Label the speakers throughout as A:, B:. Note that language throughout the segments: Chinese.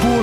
A: 波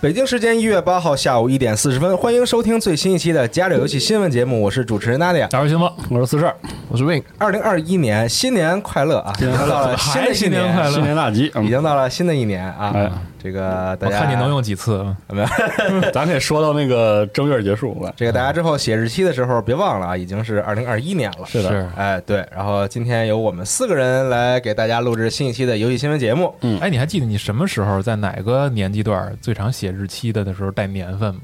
B: 北京时间一月八号下午一点四十分，欢迎收听最新一期的《家里有游戏新闻节目》，我是主持人娜迪亚。
C: 打开新闻，
D: 我是四十二，
E: 我是 Win，
B: 二零二一年新年快乐啊！已经到了新的
C: 还
B: 一
C: 新年快
B: 年，
C: 乐
D: 新年大吉，嗯
B: 已经到了新的一年
D: 哎
B: 啊！这个大
C: 我
B: 家
C: 看你能用几次？
B: 没有？
D: 咱可以说到那个正月结束了。
B: 这个大家之后写日期的时候别忘了啊，已经是二零二一年了。
D: 是的
C: 是
B: 哎，对，然后今天由我们四个人来给大家录制新一期的游戏新闻节目。
C: 哎，你还记得你什么时候在哪个年纪段最常写日期的的时候带年份吗？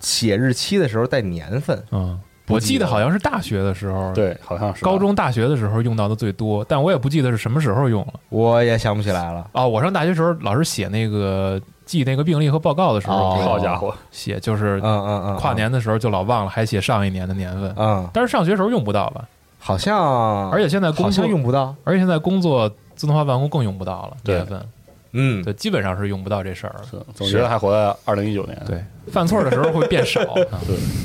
B: 写日期的时候带年份，
C: 嗯，我记得好像是大学的时候，，
D: 对，好像啊是吧
C: 高。中、大学的时候用到的最多，但我也不记得是什么时候用了。
B: 我也想不起来了。
C: 啊，我上大学时候老师写那个记那个病历和报告的时候，
B: 哦
D: 好家伙，
C: 写就是
B: 嗯嗯嗯，
C: 跨年的时候就老忘了，还写上一年的年份。
B: 嗯，
C: 但是上学时候用不到吧？
B: 好像，
C: 而且现在工
B: 好
C: 作
B: 像，用不到。
C: 而且现在工作自动化办公更用不到了
D: 对
C: 年份，
B: 嗯，
C: 对，基本上是用不到这事儿了。
D: 是嗯总觉得还活在二零一九年。
C: 对，犯错的时候会变 少。啊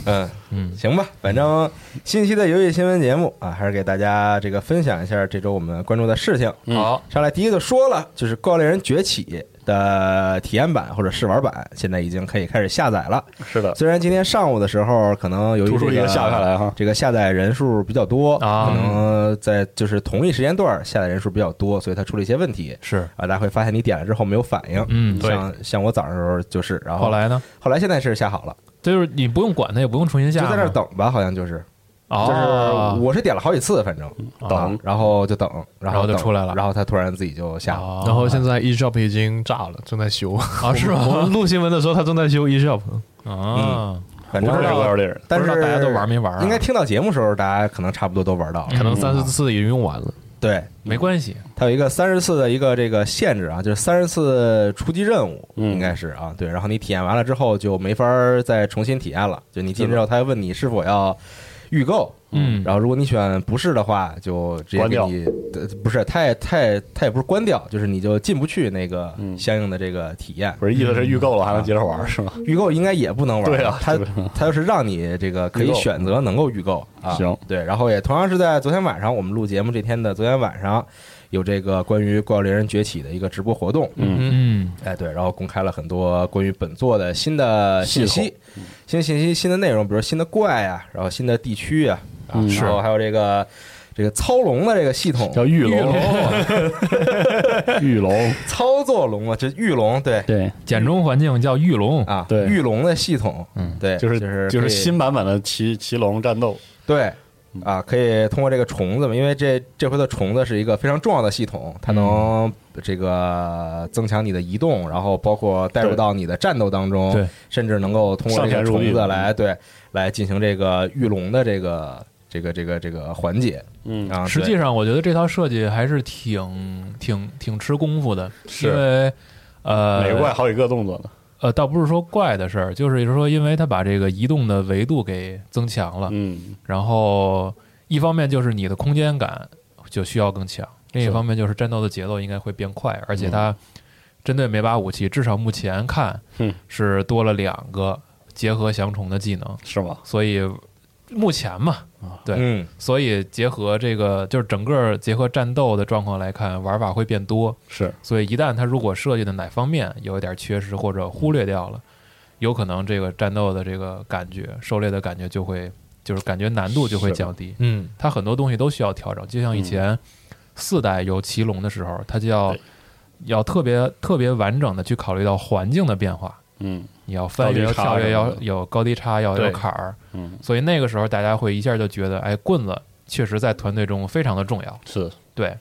B: 嗯，
C: 嗯，
B: 行吧，反正新一期的游戏新闻节目啊，还是给大家这个分享一下这周我们关注的事情。
D: 嗯
C: 好，
B: 上来第一个说了，就是《怪物猎人崛起》的体验版或者试玩版，现在已经可以开始下载了。
D: 是的，
B: 虽然今天上午的时候，可能由于
D: 啊突出
B: 这
D: 一个下不下来哈。
B: 这个下载人数比较多，
C: 啊
B: 可能在就是同一时间段下载人数比较多，所以它出了一些问题
C: 是，
B: 啊。大家会发现你点了之后没有反应，
C: 嗯，对。
B: 像像我早上的时候就是，然后
C: 后来呢？
B: 后来现在是下好了，
C: 就是你不用管它，也不用重新
B: 就
C: 下吗，
B: 在这儿等吧，好像就是。
C: 哦，
B: 就是呃我是点了好几次，反正
D: 嗯
C: 啊
D: 等
B: 然后就等，然
C: 然后
B: 后
C: 就
B: 等
C: 出来了
B: 然后他突然自己就下了。
C: 哦
E: 然后现在 eShop 已经炸了，正在修
C: 啊是吗
E: 我们我们录新闻的时候，他正在修 eShop， 嗯
C: 啊，
B: 反
D: 不
B: 正
D: 是这个怪物猎人，
B: 但
C: 不
B: 是
C: 知道大家都玩没玩啊
B: 应该听到节目时候，大家可能差不多都玩到了。嗯
E: 可能三十次已经用完了。
B: 对，
C: 没关系，
B: 它有一个三十次的一个这个限制啊，就是三十次初级任务，
D: 嗯
B: 应该是啊，对。然后你体验完了之后就没法儿再重新体验了，就你进去之后，他会问你是否要预购，
C: 嗯
B: 然后如果你选不是的话，就直接给
D: 关
B: 你，呃不是，他也他也他也不是关掉，就是你就进不去那个
D: 嗯
B: 相应的这个体验。
D: 不是意思是预购了还能接着玩是吗？
B: 预购应该也不能玩，
D: 对啊，
B: 他
D: 是不是
B: 他就是让你这个可
D: 预
B: 以
D: 购
B: 选择能够预购啊。
D: 行，
B: 对，然后也同样是在昨天晚上，我们录节目这天的昨天晚上，有这个关于《怪物猎人崛起》的一个直播活动。
D: 嗯，
C: 嗯，
B: 哎，对，然后公开了很多关于本作的新的信
D: 系
B: 息、新信息、新的内容，比如新的怪啊，然后新的地区啊，啊
D: 嗯
B: 然后还有这个这个操龙的这个系统，
D: 叫玉龙， 玉龙，
B: 操作龙啊，就御龙，对
D: 对，
C: 简中环境叫玉 龙，
B: 啊，
D: 对
B: 御龙的系统，
C: 嗯
B: 对，
D: 就是
B: 就是
D: 就是
B: 可以
D: 新版本的骑骑龙战斗，
B: 对。啊，可以通过这个虫子嘛，因为这这回的虫子是一个非常重要的系统，它能这个增强你的移动，然后包括带入到你的战斗当中，
C: 对，
B: 甚至能够通过这
D: 上
B: 个
D: 天入
B: 虫
D: 地
B: 子来对来进行这个御龙的这个这个这个这个环节
D: 嗯，
B: 啊。
C: 实际上，我觉得这套设计还是挺挺挺吃功夫的，
D: 是
C: 因为呃，
D: 每个怪好几个动作呢，
C: 呃，倒不是说怪的事儿，就是说，因为它把这个移动的维度给增强了，
D: 嗯，
C: 然后一方面就是你的空间感就需要更强，另一
D: 是
C: 方面就是战斗的节奏应该会变快，而且它针对每把武器，至少目前看
D: 嗯
C: 是多了两个结合降虫的技能，
D: 是吗？
C: 所以目前嘛，
B: 对，嗯，
C: 所以结合这个就是整个结合战斗的状况来看，玩法会变多，
D: 是，
C: 所以一旦它如果设计的哪方面有一点缺失或者忽略掉了，有可能这个战斗的这个感觉、狩猎的感觉就会，就是感觉难度就会
D: 是的
C: 降低。
E: 嗯，
C: 它很多东西都需要调整，就像以前四代有骑龙的时候，它就要
D: 对
C: 要特别特别完整的去考虑到环境的变化，
D: 嗯
C: 你要翻越、
D: 高
C: 要
D: 低差
C: 跳跃、
D: 什么
C: 要
D: 的
C: 有高低差、要有
E: 对
C: 坎儿，
D: 嗯，
C: 所以那个时候大家会一下就觉得，哎，棍子确实在团队中非常的重要。
D: 是。
C: 对，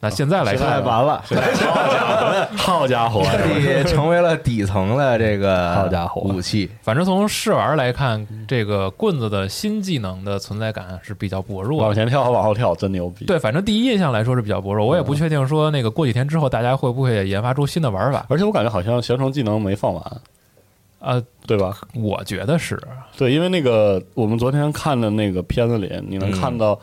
C: 那现在来
D: 啊现
C: 看，
D: 在吧
B: 完了，
D: 好家 伙，
B: 彻底成为了底层的这个
D: 好家伙
B: 武器，
C: 反正从试玩来看，这个棍子的新技能的存在感是比较薄弱
D: 往
C: 的。
D: 前跳和往后跳真牛逼。
C: 对，反正第一印象来说是比较薄弱。我
D: 啊
C: 也不确定说那个过几天之后大家会不会研发出新的玩法。
D: 而且我感觉好像降虫技能没放完，
C: 呃，
D: 对吧？
C: 我觉得是，
D: 对，因为那个我们昨天看的那个片子里，你能
B: 嗯
D: 看到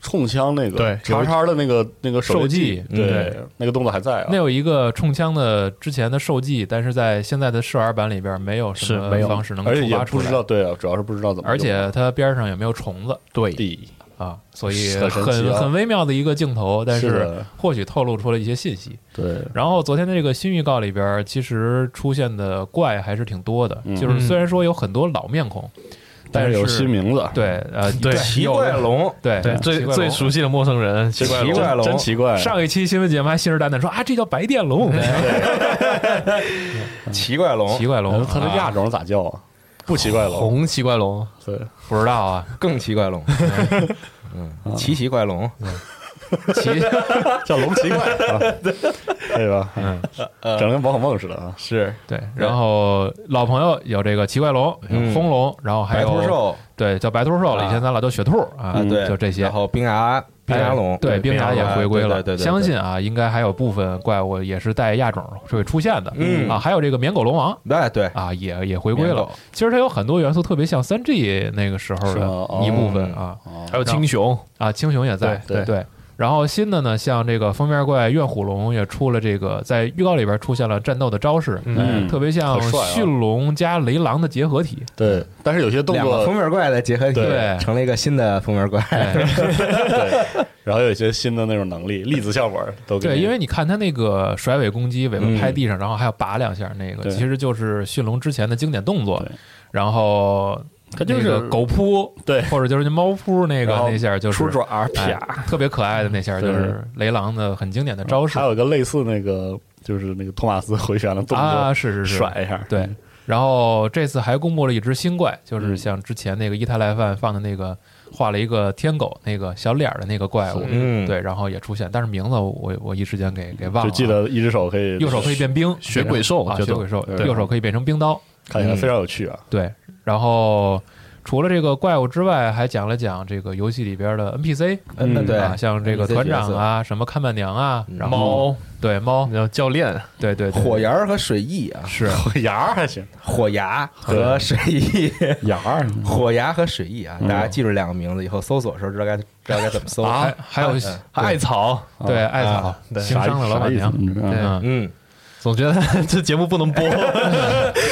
D: 冲枪那个
E: 对
D: 叉叉的那个那个
C: 手
D: 技
C: 技，
D: 对，那个动作还在啊
C: 那。有一个冲枪的之前的受技，但是在现在的试玩版里边没有什
E: 是没
C: 么
E: 有
C: 方式能
D: 而且
C: 触
D: 也
C: 发出
D: 不知
C: 来
D: 道，，对啊，主要是不知道怎么用。
C: 而且它边上也没有虫子
E: 对，
D: 地
C: 啊，所以
D: 很神奇
C: 很
D: 啊
C: 很微妙的一个镜头，但
D: 是
C: 是
D: 的
C: 或许透露出了一些信息。
D: 对，
C: 然后昨天的这个新预告里边儿，其实出现的怪还是挺多的，
D: 嗯
C: 就是虽然说有很多老面孔，
D: 但
C: 是
D: 是有新名字，
C: 对呃
E: 对
B: 奇
C: 有
B: 怪龙，
C: 对
E: 对，
C: 奇
E: 最
C: 怪
E: 最
C: 龙
E: 熟悉的陌生人，
D: 奇怪
B: 奇怪
D: 了，
B: 龙
D: 真真奇怪。
C: 上一期新闻节目还信誓旦旦说啊，这叫白电龙，
B: 奇怪龙
C: 奇怪龙，
D: 呃它的
C: 啊
D: 亚种咋叫啊？不嗯奇怪龙，
E: 红奇怪龙，
D: 对，
C: 不知道啊，
B: 更奇怪龙，嗯，奇奇怪龙，
C: 奇
D: 叫龙奇怪，啊对吧？嗯，整得跟宝可梦似的啊。
B: 是
C: 对，然后老朋友有这个奇怪龙、
B: 嗯
C: 轰龙，然后还
B: 白
C: 有
B: 头兽
C: 对叫白兔兽了，
B: 啊
C: 以前咱老叫雪兔啊
B: 啊，，对，
C: 就这些
B: 然。后冰牙冰牙龙，啊
C: 哎对，冰牙也回归
B: 对对对
C: 了。
B: 对对
C: 相信啊，应该还有部分怪物也是带亚种会出现的。
B: 嗯
C: 啊，还有这个缅狗龙王
B: 哎对，
C: 啊，也也回归
B: 缅
C: 了
B: 狗。
C: 其实它有很多元素特别像三 G 那个时候的
D: 是吗哦
C: 一部分啊
E: 还有青熊，
C: 啊，青熊也在
D: 对对
C: 对。然后新的呢，像这个封面怪怨虎龙也出了这个，在预告里边出现了战斗的招式，
D: 嗯
C: 特别像
D: 很帅啊
C: 驯龙加雷狼的结合体。
D: 对，但是有些动
B: 两个
D: 作
B: 封面怪的结合体
C: 对
B: 成了一个新的封面怪，
C: 哎
D: 对，然后有一些新的那种能力，粒子效果都给
C: 对，
D: 你
C: 因为你看它那个甩尾攻击，尾巴拍地上，然后还要拔两下，那个
D: 对
C: 其实就是驯龙之前的经典动作
D: 对。
C: 然后
D: 它就是
C: 那个狗扑，
D: 对
C: 或者就是那猫扑那个
D: 然后
C: 那下就是
D: 出爪儿
C: 哎
E: 啊
D: 啪，
C: 特别可爱的那下就是雷狼的很经典的招式
D: 还有一个类似那个就是那个托马斯回旋的动
C: 啊，
D: 作，
C: 是是是，
D: 甩一嗯下，
C: 对。然后这次还公布了一只新怪，
D: 嗯
C: 就是像之前那个伊泰赖饭放的那个画了一个天狗那个小脸儿的那个怪物，
B: 嗯，
C: 对，然后也出现，但是名字我我一时间给给忘
D: 就
C: 了，啊
D: 记得一只手可以，
C: 右手可以变冰，
E: 血鬼兽
C: 啊，
E: 就
C: 血
E: 都
C: 鬼兽，
D: 对
C: 右手可以变成冰刀，
D: 看起来非常有趣啊，
C: 对。然后除了这个怪物之外，还讲了讲这个游戏里边的 NPC，
B: 嗯对
C: 啊，像这个
B: NPC
C: 团长啊，什么看板娘啊，然后
E: 猫，
C: 对猫，
E: 然后教练，
C: 对对对
B: 火牙儿和水翼啊，
C: 是
D: 牙儿还行，
B: 火牙和水翼，
D: 牙儿
B: 火牙和水翼啊，大家记住两个名字，以后搜索的时候知道该知道该怎么搜。
C: 还还有
E: 艾草，
C: 对艾草
B: 啊
C: 情商的老板娘，
D: 娘
C: 嗯，
B: 嗯，
E: 总觉得 这节目不能播。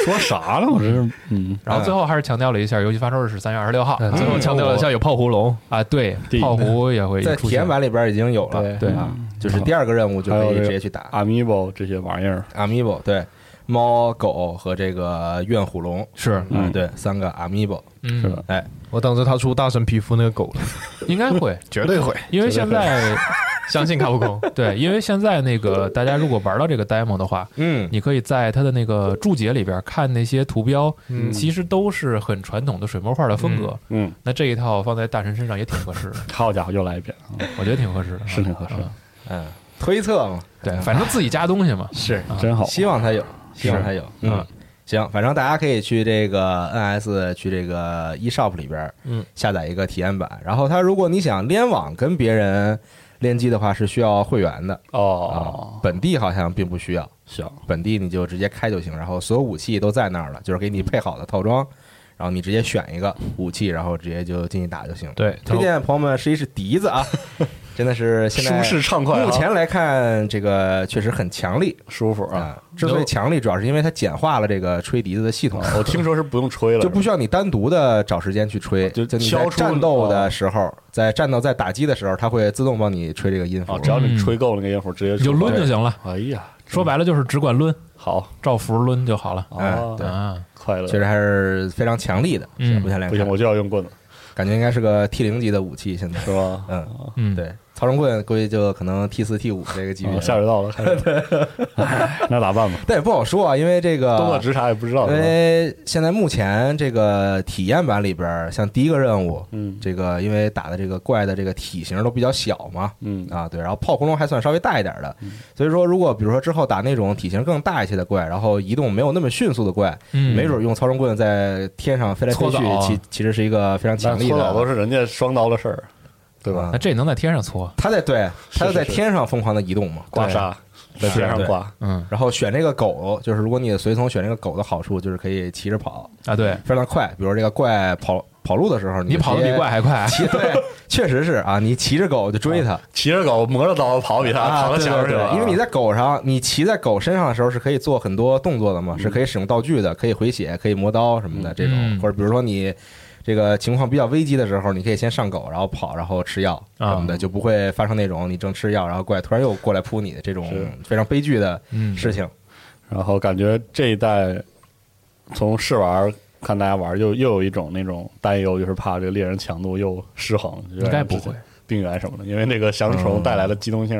D: 说啥呢？我这是嗯，
C: 然后最后还是强调了一下，游戏发售日是三月二十六号
E: 嗯哦最后强调了一下有炮狐龙，
C: 啊，对
D: 第，一
C: 泡芙也会
B: 在
C: 出
B: 体
C: 现
B: 验版里边已经有了，
E: 对
C: 对
B: 啊，就是第二个任务就
D: 还
B: 可
D: 有
B: 以
D: 这个
B: 直接去打
D: Amiibo 这些玩意儿，
B: Amiibo，对，猫狗和这个怨虎龙，
C: 是，
B: 啊，对，三个 Amiibo，
D: 是
C: 嗯
D: 吧，
B: 哎，
E: 我等着他出大神皮肤那个狗了，
C: 应该会，
E: 绝对会。
C: 因为现在
E: 相信卡普空。
C: 对，因为现在那个大家如果玩到这个 demo 的话，
B: 嗯，
C: 你可以在它的那个注解里边看那些图标，
E: 嗯
C: 其实都是很传统的水墨画的风格。
D: 嗯，
C: 那这一套放在大神身上也挺合适的，
D: 好家伙，又来一遍，啊
C: 我觉得挺合适的，
D: 是挺合适的
C: 嗯
B: 嗯，推测嘛，
C: 对，反正自己加东西嘛，
D: 是真好。
B: 希望它有，希望它有。嗯，行，反正大家可以去这个 NS 去这个 eShop 里边儿，
C: 嗯
B: 下载一个体验版。然后它如果你想联网跟别人联机的话，是需要会员的啊
D: 哦，，
B: 本地好像并不需要。
D: 行，
B: 本地你就直接开就行，然后所有武器都在那儿了，就是给你配好的套装，然后你直接选一个武器，然后直接就进去打就行。，
C: 对，
B: 推荐朋友们试一试笛子啊，真的是现在
D: 舒适畅快啊，
B: 目前来看，这个确实很强力
D: 舒服啊。
B: 啊。之所以强力，主要是因为它简化了这个吹笛子的系统，
D: 啊我听说是不用吹了，
B: 就不需要你单独的找时间去吹，
D: 啊就
B: 就你在
D: 敲出啊
B: 战斗的时候，在战斗在打击的时候，它会自动帮你吹这个音
D: 是
B: 符
D: 吧啊，。只要你吹够了那个音符，直接
C: 你就抡就。行了。
D: 哎呀，
C: 说白了就是只管抡，
D: 好
C: 照符抡就好了。
B: 哎
D: 啊，
B: 对
C: 啊，
D: 快乐
B: 确实还是非常强力的，
C: 嗯
B: 目前来
D: 不行，
B: 看，
D: 我就要用棍子，
B: 感觉应该是个 T 零级的武器，现在
D: 是吧？
B: 嗯，
C: 嗯，，
B: 对，曹冲棍估计就可能 T 四 T 五这个级别
D: 啊，下水道了，开始 哎那咋办吧？
B: 但也不好说啊，因为这
D: 东过
B: 个，
D: 直查也不知道
B: 因
D: 是吧，
B: 为现在目前这个体验版里边儿，像第一个任务，
D: 嗯
B: 这个因为打的这个怪的这个体型都比较小嘛，
D: 嗯
B: 啊对，然后炮轰龙还算稍微大一点的，
C: 嗯
B: 所以说如果比如说之后打那种体型更大一些的怪，然后移动没有那么迅速的怪，
C: 嗯，
B: 没准用操纵棍在天上飞来飞去
C: 搓澡，啊
B: 其其实是一个非常
D: 但
B: 强力
D: 搓澡都
B: 的，啊
D: 是人家双刀的事儿，对吧？
C: 那这能在天上搓，
B: 它在对，它就是在
D: 是是
B: 天上疯狂的移动嘛，
D: 刮
B: 对
D: 痧，在
B: 是
D: 天上
B: 对
D: 刮，
C: 嗯
B: 然后选这个狗，就是如果你的随从选这个狗的好处就是可以骑着跑，
C: 啊，对
B: 非常的快。比如这个怪跑跑路的时候，
C: 你
B: 就
C: 跑的
B: 直
C: 比
B: 接
C: 怪还快，
B: 骑，对，确实是啊，你骑着狗就追它
D: 骑着狗磨着刀跑比他
B: 啊，
D: 跑到
B: 对
D: 墙上
B: 对
D: 去了，
B: 对，因为你在狗上，你骑在狗身上的时候是可以做很多动作的嘛，是可以使用道具的，可以回血，可以磨刀什么的这种，
C: 嗯
B: 或者比如说你。这个情况比较危机的时候，你可以先上狗，然后跑，然后吃药什么的，就不会发生那种你正吃药，然后怪突然又过来扑你的这种
D: 是
B: 非常悲剧的
C: 嗯，
B: 事情。
D: 然后感觉这一代从试玩看大家玩，又又有一种那种担忧，就是怕这个猎人强度又失衡，应
C: 应该不会。
D: 病源什么的，因为那个降
B: 嗯
D: 虫带来的机动性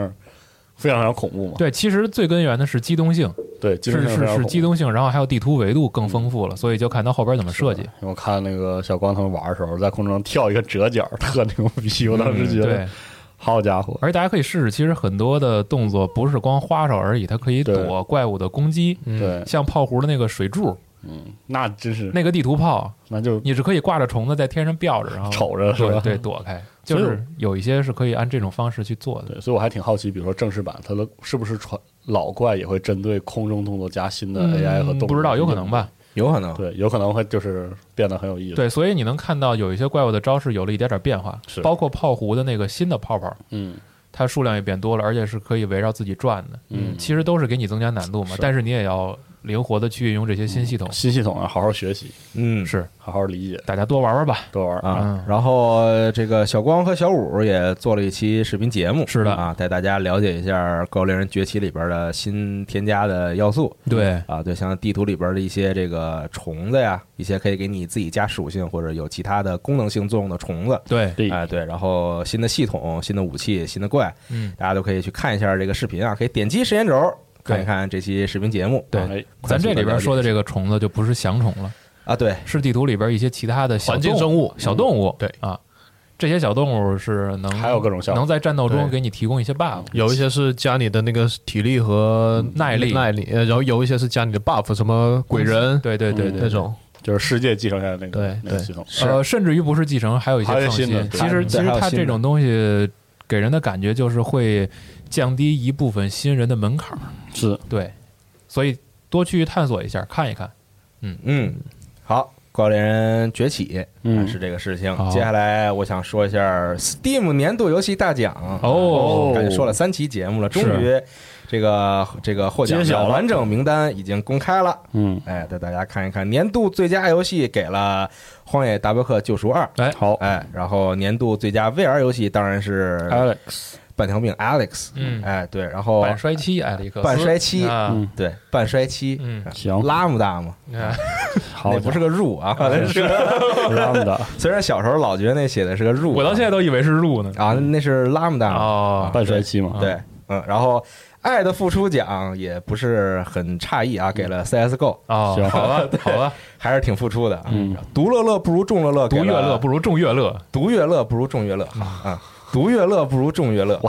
D: 非常非常恐怖嘛。
C: 对，其实最根源的是机动性，
D: 对，机动
C: 是
D: 性非
C: 是
D: 常
C: 是
D: 恐怖
C: 机。动性，然后还有地图维度更丰富了，所以就看它后边怎么设计。
D: 因为我看那个小光他们玩的时候，在空中跳一个折角，特牛逼！我当时觉得，
C: 嗯对，
D: 好家伙，
C: 而且大家可以试试，其实很多的动作不是光花手而已，它可以
D: 对
C: 躲怪物的攻击。
D: 对，
C: 像泡壶的那个水柱，
D: 那真是，
C: 那个地图炮，
D: 那就
C: 你是可以挂着虫子在天上吊着，然后
D: 瞅着是吧？
C: 对对躲开，
D: 所
C: 就
D: 以
C: 是有一些是可以按这种方式去做的。
D: 对，所以我还挺好奇，比如说正式版，它的是不是传老怪也会针对空中动作加新的 AI 和动作、
C: 嗯不知道有可能吧？？
B: 有可能，
D: 对，有可能会就是变得很有意思。，
C: 对，所以你能看到有一些怪物的招式有了一点点变化
D: 是，
C: 包括泡壶的那个新的泡泡，
D: 嗯，
C: 它数量也变多了，而且是可以围绕自己转的。
D: 嗯
C: 其实都是给你增加难度嘛，
D: 是
C: 但是你也要灵活的去运用这些新系统。
D: 新系统啊，好好学习，
B: 嗯，
C: 是，
D: 好好理解，
C: 大家多玩玩吧。
D: 多玩儿。
B: 啊
C: 嗯。
B: 然后呃这个小光和小五也做了一期视频节目，
C: 是的
B: 啊，带大家了解一下《怪物猎人崛起》里边的新添加的要素。
C: 对，
B: 啊，对，像地图里边的一些这个虫子呀，一些可以给你自己加属性或者有其他的功能性作用的虫子，
C: 对，
D: 对，
B: 哎，对，然后新的系统、新的武器、新的怪，
C: 嗯，
B: 大家都可以去看一下这个视频啊，可以点击时间轴
C: 对
B: 看一看这期视频节目。
C: 对
D: 哎
C: 咱这里边说的
B: 这
C: 这个虫子就不是翔虫了，
B: 啊，对，
C: 是地图里边一些其他的小
E: 环境生
C: 物、
E: 物，嗯
C: 小动物。
E: 对
C: 啊，这些小动物是能
D: 还有各种效果嗯
C: 能在战斗中
E: 对
C: 给你提供一些 buff。
E: 有一些是加你的那个体力和
C: 耐力
E: 耐力，呃然后有一些是加你的 buff，什么鬼人，
C: 对对对
D: 嗯
C: 对
E: 那种，
D: 就是世界继承下来那个
E: 对
D: 那个
E: 对
D: 系统，
C: 呃，甚至于不是继承，还有一些
D: 还有
C: 创
D: 新的
C: 新。
D: 对
C: 其实
B: 对
C: 其实
B: 还有
C: 它
B: 新的
C: 这种东西给人的感觉就是会降低一部分新人的门槛儿，
D: 是
C: 对，所以多去探索一下，看一看。
B: 嗯，好，《怪物猎人崛起》
D: 嗯
B: 是这个事情。
C: 好
B: 接下来我想说一下 Steam 年度游戏大奖
C: 哦
B: 感觉说了三期节目了，终于这个这个获奖
D: 揭晓
B: 的
D: 了
B: 完整名单已经公开了。
D: 嗯，
B: 哎，带大家看一看，年度最佳游戏给了《荒野大镖客：救赎二》，
C: 哎
D: 好
B: 哎，然后年度最佳 VR 游戏当然是
D: ，Alex，
B: 半条命 Alex，
C: 哎嗯
B: 哎对，然后
C: 半衰期，艾利克斯，
B: 半衰期
C: 啊，
D: 嗯，
B: 对半衰期，
C: 嗯
B: 啊
D: 行
B: 拉姆大嘛，
C: 啊
D: 好
B: 那不是啊个入啊，那是个
D: 拉姆达，
B: 虽然小时候老觉得那写的是个入啊，
C: 我到现在都以为是入呢。
B: 啊，那是拉姆达
C: 哦，
D: 半衰期嘛，
B: 对，嗯，然后《爱的付出奖》也不是很诧异啊，给了 CSGO，
C: 哦，
D: 行
C: 好吧，好吧，
B: 还是挺付出的啊。
D: 嗯
B: 独乐乐不如众乐乐，
C: 独
B: 给
C: 乐
B: 了
C: 乐不如众乐乐，
B: 独乐乐不如众乐乐好啊，独乐乐不如众乐乐，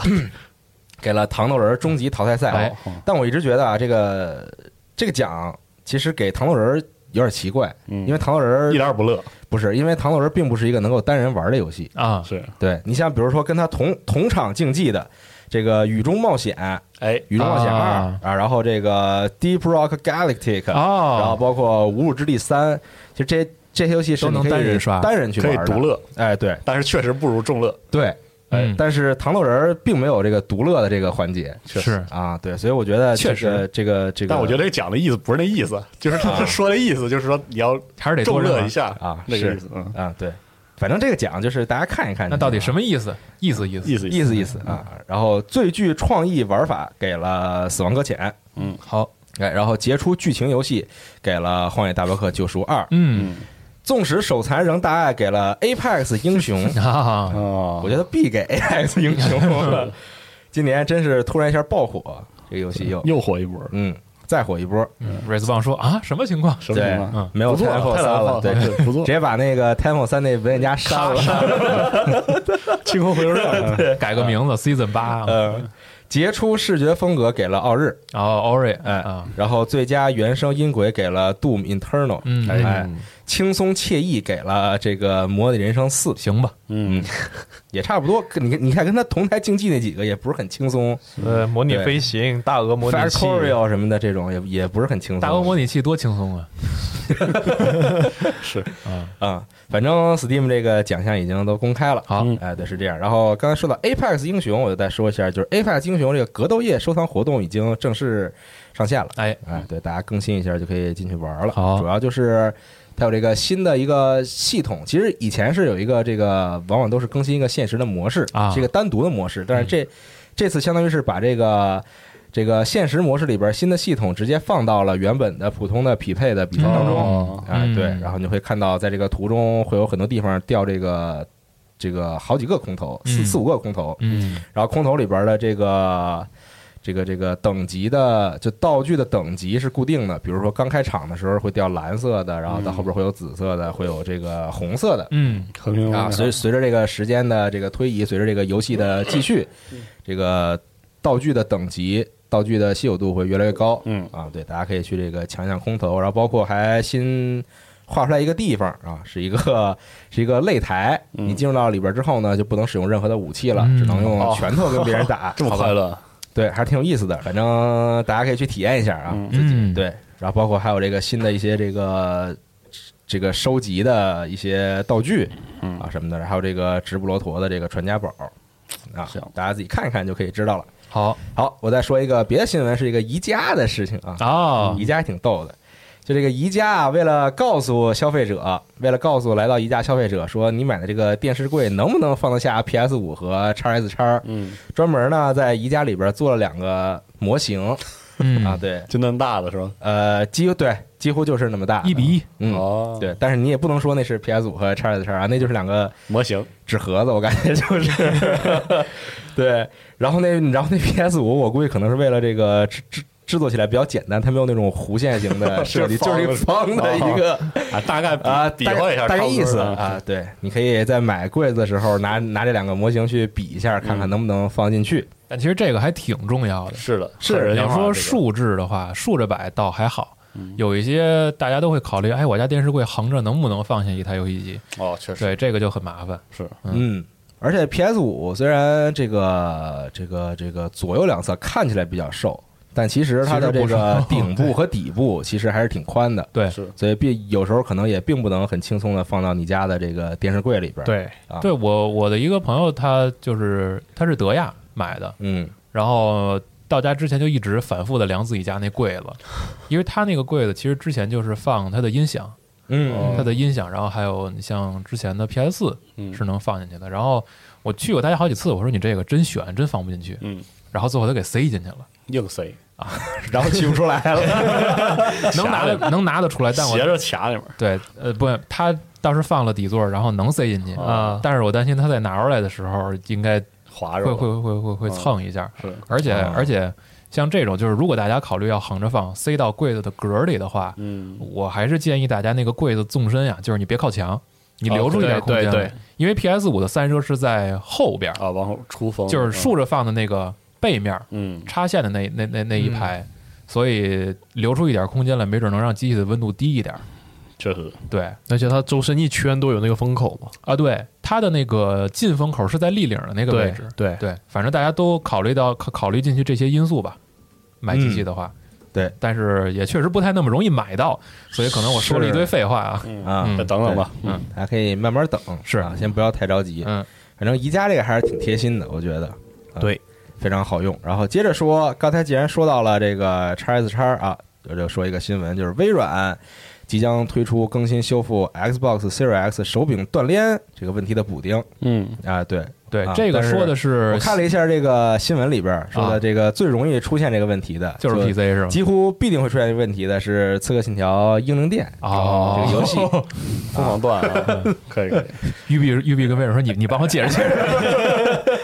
B: 给了糖豆人终极淘汰赛。哦
C: 哎
B: 但我一直觉得啊，这个这个奖其实给糖豆人有点奇怪，
D: 嗯
B: 因为糖豆人
D: 一点儿不乐，
B: 不是，因为糖豆人并不是一个能够单人玩的游戏。
C: 啊，
D: 是，
B: 对你像比如说跟他同同场竞技的这个《雨中冒险》《
D: 哎，
B: 雨中冒险二》
C: 啊
B: 啊，然后这个《Deep Rock Galactic》然啊后
C: 哦，
B: 包括《无辱之地三》，其实这些这些游戏是
C: 都能
B: 你可以
C: 单人刷
B: 单人去
D: 可以
B: 玩的
D: 独。乐，
B: 哎，对
D: 但是确实不如众乐，
B: 对，呃
C: 嗯
B: 但是糖豆人儿并没有这个独乐的这个环节
D: 确实。
C: 是
B: 啊，对，所以我觉得
C: 确
B: 这个这个这个，
D: 但我觉得这讲的意思不是那意思， 就是他说的意思，就是说你要
C: 还是得多
D: 众乐
C: 认
D: 一下
B: 啊
D: 那个
B: 是
D: 意思，嗯，
B: 啊，对，反正这个奖就是大家看一看，
C: 那到底嗯什
B: 么
C: 么意思？意思意思
D: 意思
B: 意思意思啊？然后最具创意玩法给了《死亡搁浅》，
D: 嗯，
C: 好，
B: 哎，然后杰出剧情游戏给了《荒野大镖客：救赎二》，
C: 嗯，
B: 纵使手残仍大爱给了 Apex 英 雄，
C: 啊，
D: 哦
B: 我觉得必给 Apex 英 雄。今年真是突然一下爆火，这个游戏又
D: 又火一波，
B: 嗯再火一波，
C: 瑞斯棒说啊，什么情况？
D: 什么
B: 对
D: 情况？，
C: 嗯
B: 没有
D: 不错
B: t i f
D: 太
B: 三
D: 难
B: 了，对，
D: 对，不错
B: 直，接把那个 t i f 三那文件夹删了。
D: 清空回头 率，
C: 改个名字，Season 八，
B: 呃，杰出视觉风格给了奥日，
C: 然后 Ori，
B: 哎
C: 啊，
B: 然后最佳原声音轨给了 Doom Internal，
C: 嗯
B: 哎，轻松惬意给了这个《模拟人生四》，
C: 行吧，
D: 嗯，
B: 也差不多。跟你你看跟他同台竞技那几个也不是很轻松
E: 呃，模拟
B: 对
E: 飞行、大鹅模拟器，
B: ，Factorio 什么的这种也也不是很轻松。
C: 大鹅模拟器多轻松啊！
D: 是，
B: 啊，反正 Steam 这个奖项已经都公开了。
C: 好
D: 嗯
B: 哎，对，是这样。然后刚才说到 Apex 英雄，我就再说一下，就是 Apex 英雄这个格斗夜收藏活动已经正式上线了。
C: 哎，
B: 哎，对，大家更新一下就可以进去玩了。
C: 好
B: 主要就是它有这个新的一个系统，其实以前是有一个这个，往往都是更新一个现实的模式，
C: 啊嗯
B: 是一个单独的模式，但是这、这次相当于是把这个。这个现实模式里边新的系统直接放到了原本的普通的匹配的比赛当中，
D: 哦
B: 啊，对，
C: 嗯
B: 然后你会看到在这个途中会有很多地方掉这个这个好几个空投，四
C: 嗯
B: 四五个空投，
C: 嗯，
B: 然后空投里边的这个这个这个等级的就道具的等级是固定的，比如说刚开场的时候会掉蓝色的，然后到后边会有紫色的，会有这个红色的。
C: 嗯，
D: 横 平
B: 啊，随随着这个时间的这个推移，随着这个游戏的继续，
D: 嗯
B: 这个道具的等级、道具的稀有度会越来越高。
D: 嗯
B: 啊，对，大家可以去这个抢抢空投，然后包括还新画出来一个地方啊，是一个是一个擂台，
D: 嗯
B: 你进入到里边之后呢，就不能使用任何的武器了，只能用
D: 哦
B: 拳头跟别人打，
D: 这么
B: 好吧
D: 快乐，
B: 对，还是挺有意思的。反正大家可以去体验一下啊。
D: 嗯
C: 嗯，
B: 对，然后包括还有这个新的一些这个这个收集的一些道具
D: 嗯
B: 啊什么的，还有这个直布罗陀的这个传家宝啊
D: 行，
B: 大家自己看一看就可以知道了。
C: 好
B: 好，我再说一个别的新闻，是一个宜家的事情啊。
C: 啊
B: 宜，家还挺逗的，就这个宜家啊，为了告诉消费者，为了告诉来到宜家消费者说，你买的这个电视柜能不能放得下 PS 五和 x S x
D: 嗯，
B: 专门呢在宜家里边做了两个模型
C: 嗯
B: 啊，，对，
D: 就那么大的是吧？
B: 呃，几乎对，几乎就是那么大，
C: 一比一，
B: 嗯，
D: 哦，
B: 对，但是你也不能说那是 PS 五和 x S x 啊，那就是两个
D: 模型，
B: 纸盒子，我感觉 就是对。然后那然后那 PS 五，我估计可能是为了这个制制制作起来比较简单，它没有那种弧线型 的设计，就是一个方的一个
D: 啊，大概 比
B: 啊，
D: 比
B: 大概
D: 划一下，
B: 大概
D: 差不多
B: 意思
D: 啊
B: 啊。对，你可以在买柜子的时候拿拿这两个模型去比一下，
D: 嗯
B: 看看能不能放进去。
C: 但其实这个还挺重要的。
D: 是的，
B: 是
D: 看人
C: 你
D: 性
C: 要
D: 化
C: 说
D: 这个嗯
C: 竖置的话，竖着摆倒还好。有一些大家都会考虑，哎，我家电视柜横着能不能放下一台游戏机？
D: 哦，确实
C: 对，这个就很麻烦。
D: 是，
B: 嗯，而且 PS 五虽然这个这个这个左右两侧看起来比较瘦，但其实它的
C: 其实
B: 这
C: 不
B: 个
C: 瘦
B: 顶部和底部其实还是挺宽的，
C: 对，
D: 是
B: 所以并有时候可能也并不能很轻松的放到你家的这个电视柜里边。，
C: 对
B: 啊，
C: 对我我的一个朋友，他就是他是德亚买的，
B: 嗯
C: 然后到家之前就一直反复的量自己家那柜 子，因为他那个柜子其实之前就是放他的音响，
B: 嗯
D: 哦
C: 它的音响，然后还有你像之前的 PS 四
D: 嗯
C: 是能放进去的。然后我去过他家好几次，我说你这个真悬，真放不进去。
D: 嗯，
C: 然后最后他给塞进去了，
D: 硬塞，
B: 啊然后取不出来 了。
C: 能拿得能拿得出来，但我
D: 斜着卡里面，
C: 对，呃，不，他倒是放了底座，然后能塞进去
D: 啊
C: 但是我担心他在拿出来的时候，应该
D: 划着
C: 会
D: 了
C: 会会会会
D: 啊
C: 蹭一下，
D: 是
C: 而且
B: 啊
C: 而且像这种，就是如果大家考虑要横着放，塞到柜子的格儿里的话，
D: 嗯，
C: 我还是建议大家那个柜子纵深呀，啊就是你别靠墙，你留出一点
D: 哦
C: 空
D: 对
C: 间
D: 对
C: 来
D: 对，
C: 因为 PS 五的散热是在后边儿，
D: 啊，往后出风
C: 就是竖着放的那个背面儿，
D: 嗯，
C: 插线的那那那那一
E: 嗯
C: 排，所以留出一点空间来，没准能让机器的温度低一点儿。
D: 确实
C: 对
E: 而且它周身一圈都有那个风口嘛，
C: 啊，对，它的那个进风口是在立领的那个位
E: 对
C: 置。
E: 对，
C: 对，反正大家都考虑到考考虑进去这些因素吧，买机器的话。
B: 嗯对，
C: 但是也确实不太那么容易买到，所以可能我说了一堆废话啊。
B: 啊，
C: 嗯
D: 再等等吧，
C: 嗯
B: 大家可以慢慢等，
C: 是
B: 啊，先不要太着急。
C: 嗯，
B: 反正宜家这个还是挺贴心的，我觉得。啊
E: 对，
B: 非常好用。然后接着说，刚才既然说到了这个 x S x 啊，我就说一个新闻，就是微软即将推出更新修复 Xbox Series X 手柄断连这个问题的补丁
D: 嗯，
B: 啊。对，
C: 对，
B: 啊
C: 这个
B: 但是
C: 说的是
B: 我看了一下这个新闻里边儿说
C: 啊
B: 的这个最容易出现这个问题的
C: 就是 PC 是吗？
B: 几乎必定会出现这个问题的是《刺客信条：英灵殿》
C: 哦
B: 这个游戏，
D: 疯狂断 啊，可以可以，
C: 玉碧玉碧跟微软说你你帮我解释解释。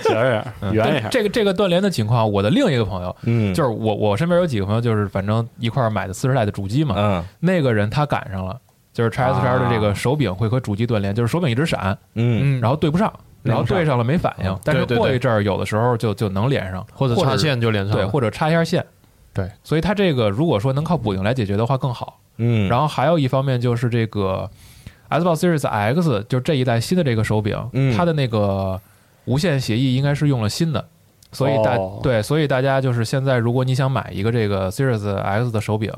D: 斜着点，圆一下，
C: 这个这个断联的情况，我的另一个朋友
B: 嗯，
C: 就是我我身边有几个朋友，就是反正一块儿买的四十代的主机嘛，
B: 嗯
C: 那个人他赶上了，就是 x S
B: 啊
C: 叉的这个手柄会和主机断连，就是手柄一直闪，
B: 嗯
C: 然后对不上，
B: 对不上
C: 然后对上了没反应
B: 嗯，
C: 但是
E: 对对
C: 过
E: 对
C: 一阵儿有的时候就就能连上，
E: 或者插，线就连上
C: 对，
E: 了，
C: 或者插一下线，
E: 对，
C: 所以它这个如果说能靠补丁来解决的话更好。
B: 嗯，
C: 然后还有一方面就是这个 Xbox Series X 就这一代新的这个手柄，
B: 嗯
C: 它的那个无线协议应该是用了新的。所以大、
D: 哦
C: 对，所以大家就是现在，如果你想买一个这个 Series X 的手柄，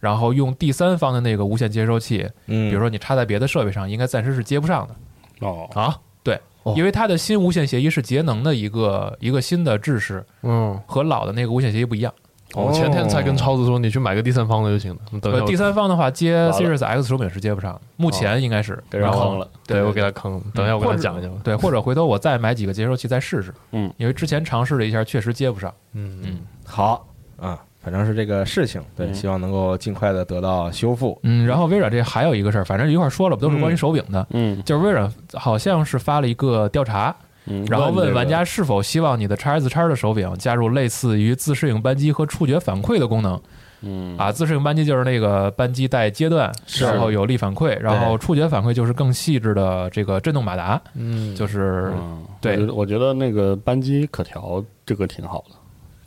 C: 然后用第三方的那个无线接收器，
B: 嗯，
C: 比如说你插在别的设备上，应该暂时是接不上的。
D: 哦，
C: 啊，对，因为它的新无线协议是节能的一个一个新的制式，
E: 嗯，
C: 和老的那个无线协议不一样。
E: 我前天才
B: 哦
E: 跟超子说，你去买个第三方的就行了，你等一
C: 呃
E: 下，我
C: 第，三方的话接
D: 完了
C: Series X 手柄是接不上的，目前应该是
D: 给人
C: 然后
D: 坑了，
C: 对
E: 对我给
C: 他
E: 他坑，等一下我跟他讲一下吧，
C: 对，或者回头我再买几个接收器再试试。
D: 嗯，
C: 因为之前尝试了一下，确实接不上。
E: 嗯嗯，
B: 好啊，反正是这个事情，对，
D: 嗯
B: 希望能够尽快的得到修复。
C: 嗯，然后微软这还有一个事儿，反正一块儿说了，不都是关于手柄的？
D: 嗯
C: 就是微软好像是发了一个调查，
D: 嗯，
C: 然后
D: 这
C: 问
D: 个
C: 玩家是否希望你的 x S x 的手柄加入类似于自适应扳机和触觉反馈的功能。
D: 嗯
C: 啊，自适应扳机就是那个扳机带阶段，
B: 是
C: 然后有力反馈，然后触觉反馈就是更细致的这个震动马达，
E: 嗯，
C: 就
E: 就是
D: 嗯，
C: 对
D: 我觉得我觉得那个扳机可调这个挺好的，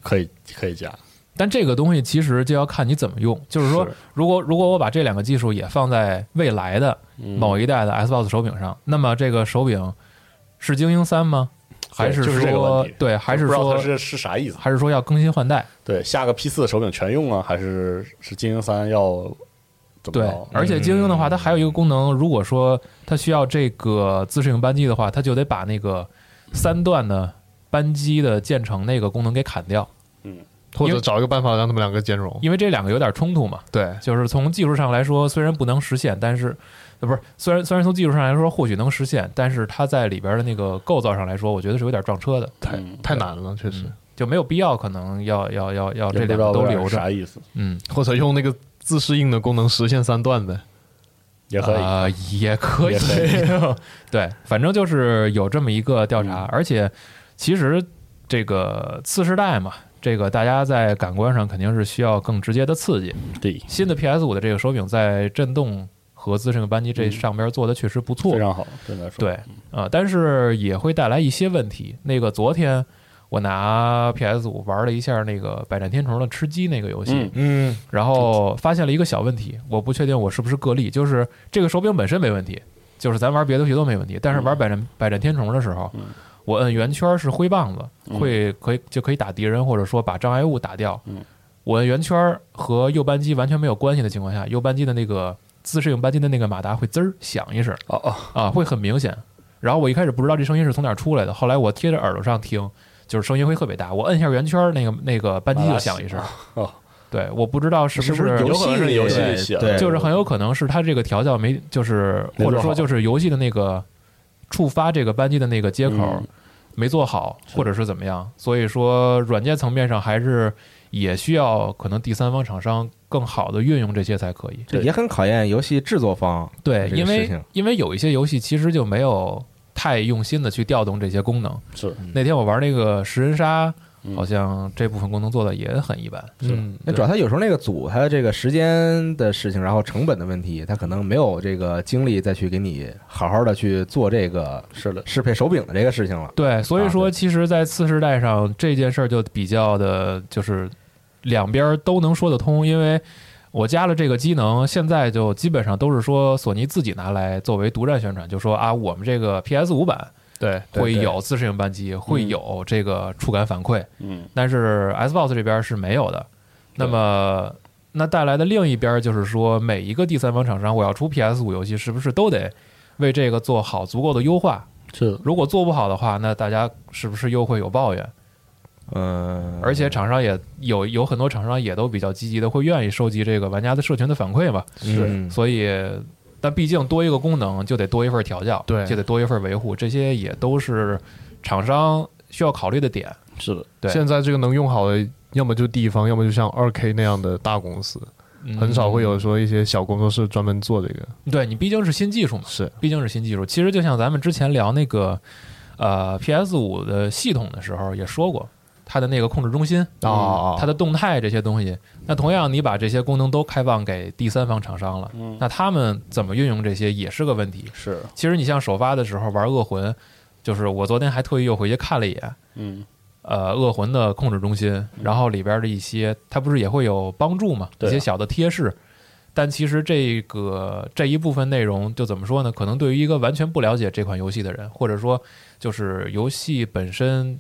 D: 可以可以加，
C: 但这个东西其实就要看你怎么用，就是说
D: 是，
C: 如果如果我把这两个技术也放在未来的
D: 嗯
C: 某一代的 Xbox 手柄上，那么这个手柄是精英三吗？还
D: 对就是这个
C: 说
D: 问题
C: 对，还是
D: 不知道
C: 说
D: 它是是啥意思？
C: 还是说要更新换代？
D: 对，下个 P 四手柄全用啊，还是是精英三要怎么
C: 对
D: 着，？嗯
C: 而且精英的话，它还有一个功能，如果说它需要这个自适应扳机的话，它就得把那个三段的扳机的键程那个功能给砍掉，
E: 或
C: 因
E: 者
C: 为
E: 找一个办法让他们两个兼容，
C: 嗯因为这两个有点冲突嘛。
E: 对，
C: 就是从技术上来说，虽然不能实现，但是呃不是，虽然虽然从技术上来说或许能实现，但是它在里边的那个构造上来说，我觉得是有点撞车的，
D: 太
E: 太难了，确实，
C: 就没有必要可能要要要要这两
D: 也不知道
C: 个都
D: 微软
C: 留
D: 是
C: 着，
D: 啥意思？
C: 嗯。
E: 或者用那个自适应的功能实现三段呗，
D: 也可以，
C: 啊、也可以
D: 也，可
C: 对，反正就是有这么一个调
D: 嗯
C: 查，而且其实这个次世代嘛，这个大家在感官上肯定是需要更直接的刺激。
D: 对，
C: 新的 PS 五的这个手柄在震动和自适应扳机这上边做的确实不错，
D: 非常好，嗯真的说，
C: 对啊、但是也会带来一些问题。那个昨天我拿 PS 五玩了一下那个《百战天虫》的吃鸡那个游戏，
D: 嗯
B: 嗯
C: 然后发现了一个小问题，我不确定我是不是个例，就是这个手柄本身没问题，就是咱玩别的游戏都没问题，但是玩百战百战天虫的时候，我摁圆圈是挥棒子，会可以就可以打敌人，或者说把障碍物打掉。我摁圆圈和右扳机完全没有关系的情况下，右扳机的那个自适应扳机的那个马达会滋儿响一声
D: 哦哦，
C: 啊，会很明显。然后我一开始不知道这声音是从哪儿出来的，后来我贴着耳朵上听，就是声音会特别大。我摁一下圆圈，那个那个扳机就响一声。
D: 哦，
C: 对，我不知道是
B: 是
C: 不
B: 不是游戏
D: 有可能是游戏里
B: 里
D: 写的
B: 对，
C: 就是很有可能是它这个调教没，就是
D: 没做
C: 或
D: 好
C: 者说就是游戏的那个触发这个扳机的那个接口
D: 嗯
C: 没做好，或者是怎么样。所以说，软件层面上还是也需要可能第三方厂商更好的运用这些才可以。
B: 这也很考验游戏制作方。
C: 对，
B: 这个
C: 因
B: 事情
C: 为因为有一些游戏其实就没有太用心的去调动这些功能。
D: 是
C: 那天我玩那个食人鲨，
D: 嗯
C: 好像这部分功能做的也很一般。
E: 嗯，
B: 那主要他有时候那个组他这个时间的事情，然后成本的问题，他可能没有这个精力再去给你好好的去做这个
D: 是的，
B: 适配手柄的这个事情了。
C: 对，所以
B: 啊
C: 说，
B: 对
C: 其实，在次世代上这件事儿就比较的，就是两边儿都能说得通，因为我加了这个机能，现在就基本上都是说索尼自己拿来作为独占宣传，就说啊，我们这个 PS 五版
E: 对，对
C: 会
E: 对
C: 有自适应扳机，会有这个触感反馈，
D: 嗯，
C: 但是 Xbox 这边是没有的。那么，那带来的另一边儿就是说，每一个第三方厂商，我要出 PS 五游戏，是不是都得为这个做好足够的优化？
D: 是的，
C: 如果做不好的话，那大家是不是又会有抱怨？
B: 嗯，
C: 而且厂商也有有很多厂商也都比较积极的，会愿意收集这个玩家的社群的反馈嘛。
B: 嗯
C: 所以，但毕竟多一个功能就得多一份调教，
E: 对
C: 就得多一份维护，这些也都是厂商需要考虑的点。
D: 是的，
C: 对
E: 现在这个能用好的，要么就地方，要么就像二 K 那样的大公司，
C: 嗯
E: 很少会有说一些小工作室专门做这个。
C: 对你毕竟是新技术嘛，
E: 是，
C: 毕竟是新技术。其实就像咱们之前聊那个呃 PS 五的系统的时候也说过，它的那个控制中心
E: 哦哦
C: 它的动态这些东西。那同样，你把这些功能都开放给第三方厂商了，
D: 嗯，
C: 那他们怎么运用这些也是个问题。
D: 是，
C: 其实你像首发的时候玩恶魂，就是我昨天还特意又回去看了一眼。
D: 嗯，
C: 呃，恶魂的控制中心，然后里边的一些，它不是也会有帮助嘛，
D: 对
C: 一
D: 啊
C: 些小的贴士。但其实这个这一部分内容，就怎么说呢？可能对于一个完全不了解这款游戏的人，或者说就是游戏本身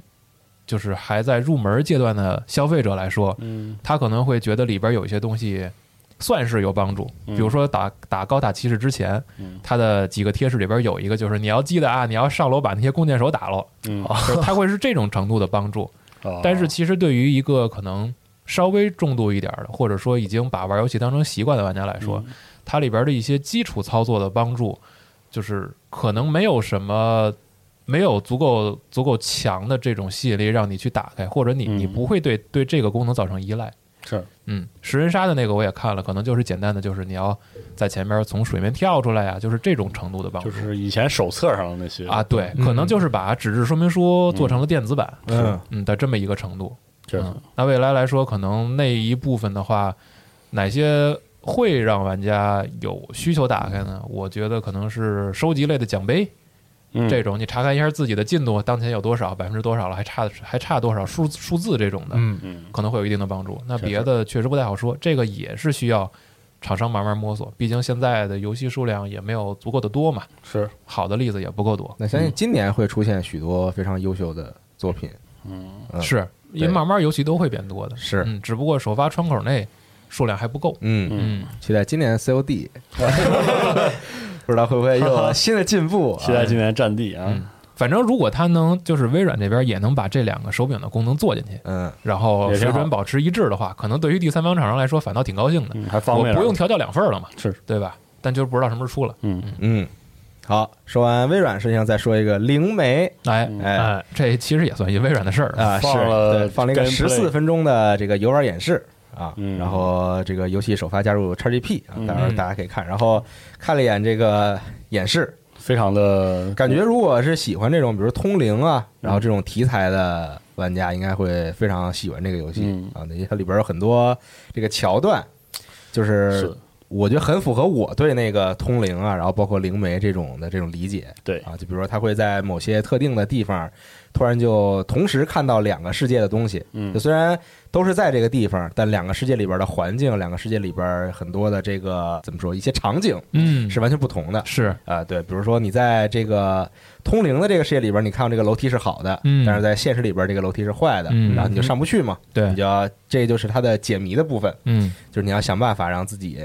C: 就是还在入门阶段的消费者来说，
D: 嗯，
C: 他可能会觉得里边有一些东西算是有帮助，比
D: 嗯
C: 如说打打高塔骑士之前
D: 嗯，
C: 它的几个贴士里边有一个就是你要记得啊，你要上楼把那些弓箭手打喽，
D: 嗯，
C: 就是它会是这种程度的帮助。
D: 哦
C: 但是其实对于一个可能稍微重度一点儿的，或者说已经把玩游戏当成习惯的玩家来
D: 嗯
C: 说，它里边的一些基础操作的帮助，就是可能没有什么。没有足够足够强的这种吸引力让你去打开，或者你你
D: 嗯
C: 不会对对这个功能造成依赖。
D: 是，
C: 嗯，食人鲨的那个我也看了，可能就是简单的，就是你要在前面从水面跳出来呀、就是这种程度的帮助、
D: 就是以前手册上的那些
C: 啊。，对，
E: 嗯
C: 可能就是把纸质说明书做成了电子版，
B: 嗯，
C: 嗯的这么一个程度。
D: 是
C: 嗯，那未来来说，可能那一部分的话，哪些会让玩家有需求打开呢？我觉得可能是收集类的奖杯
D: 嗯
C: 这种，你查看一下自己的进度，当前有多少，百分之多少了，还差还差多少数数字这种的，
E: 嗯，
D: 嗯，
C: 可能会有一定的帮助。那
D: 是
C: 别的确实不太好说，这个也是需要厂商慢慢摸索，毕竟现在的游戏数量也没有足够的多嘛，
D: 是，
C: 好的例子也不够多。
B: 那相信今年会出现许多非常优秀的作品。
D: 嗯，
B: 嗯
C: 是因
B: 对
C: 为慢慢游戏都会变多的，
B: 是
C: 嗯，只不过首发窗口内数量还不够，
B: 嗯，
C: 嗯。
B: 期待今年 COD，不知道会不会又 有新的进步啊？
D: 期待今年战地
C: 嗯
D: 啊，
C: 反正如果它能，就是微软这边也能把这两个手柄的功能做进去，
B: 嗯，
C: 然后
D: 也挺
C: 水
D: 好
C: 准保持一致的话，可能对于第三方厂商来说反倒挺高兴的，
D: 嗯，还方
C: 我
D: 便了，
C: 不用调教两份儿了嘛，
D: 是，
C: 对吧？但就是不知道什么时候出了。
D: 嗯，
B: 嗯，好，说完微软事情，再说一个灵媒，
C: 哎
D: 嗯
B: 哎
C: 哎，这其实也算一微软的事儿
B: 啊，
D: 放
B: 是
D: 了
B: 对放了一个
D: gameplay
B: 十四分钟的这个游玩演示啊，
D: 嗯
B: 然后这个游戏首发加入 XGP 啊，
D: 嗯
B: 待会儿大家可以看，然后看了一眼这个演示，
D: 非常的
B: 感觉如果是喜欢这种比如通灵啊，
D: 嗯
B: 然后这种题材的玩家，应该会非常喜欢这个游戏
D: 嗯
B: 啊，那它里边有很多这个桥段，就是
D: 是
B: 我觉得很符合我对那个通灵啊，然后包括灵媒这种的这种理解。
D: 对
B: 啊，就比如说他会在某些特定的地方，突然就同时看到两个世界的东西。
D: 嗯
B: 就虽然都是在这个地方，但两个世界里边的环境，两个世界里边很多的这个怎么说，一些场景
C: 嗯，
B: 是
C: 吧？
B: 完全不同的。
C: 是，
B: 啊，对，比如说你在这个通灵的这个世界里边，你看到这个楼梯是好的，
C: 嗯
B: 但是在现实里边这个楼梯是坏的，
C: 嗯
B: 然后你就上不去嘛，
C: 对
B: 你就要这就是它的解谜的部分，
C: 嗯
B: 就是你要想办法让自己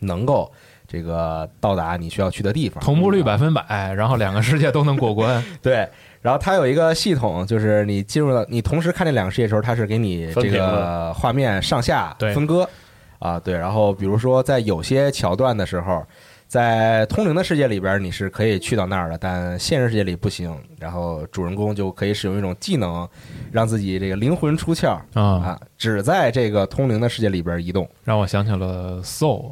B: 能够这个到达你需要去的地方，
C: 同步率百分百，然后两个世界都能过关。
B: 对。然后它有一个系统，就是你进入到你同时看这两个世界的时候，它是给你
D: 分
B: 这
D: 屏
B: 个画面上下
E: 对
B: 分割啊，对。然后比如说在有些桥段的时候，在通灵的世界里边，你是可以去到那儿的，但现实世界里不行。然后主人公就可以使用一种技能，让自己这个灵魂出窍
C: 啊，
B: 啊，只在这个通灵的世界里边移动。
C: 让我想起了 Soul，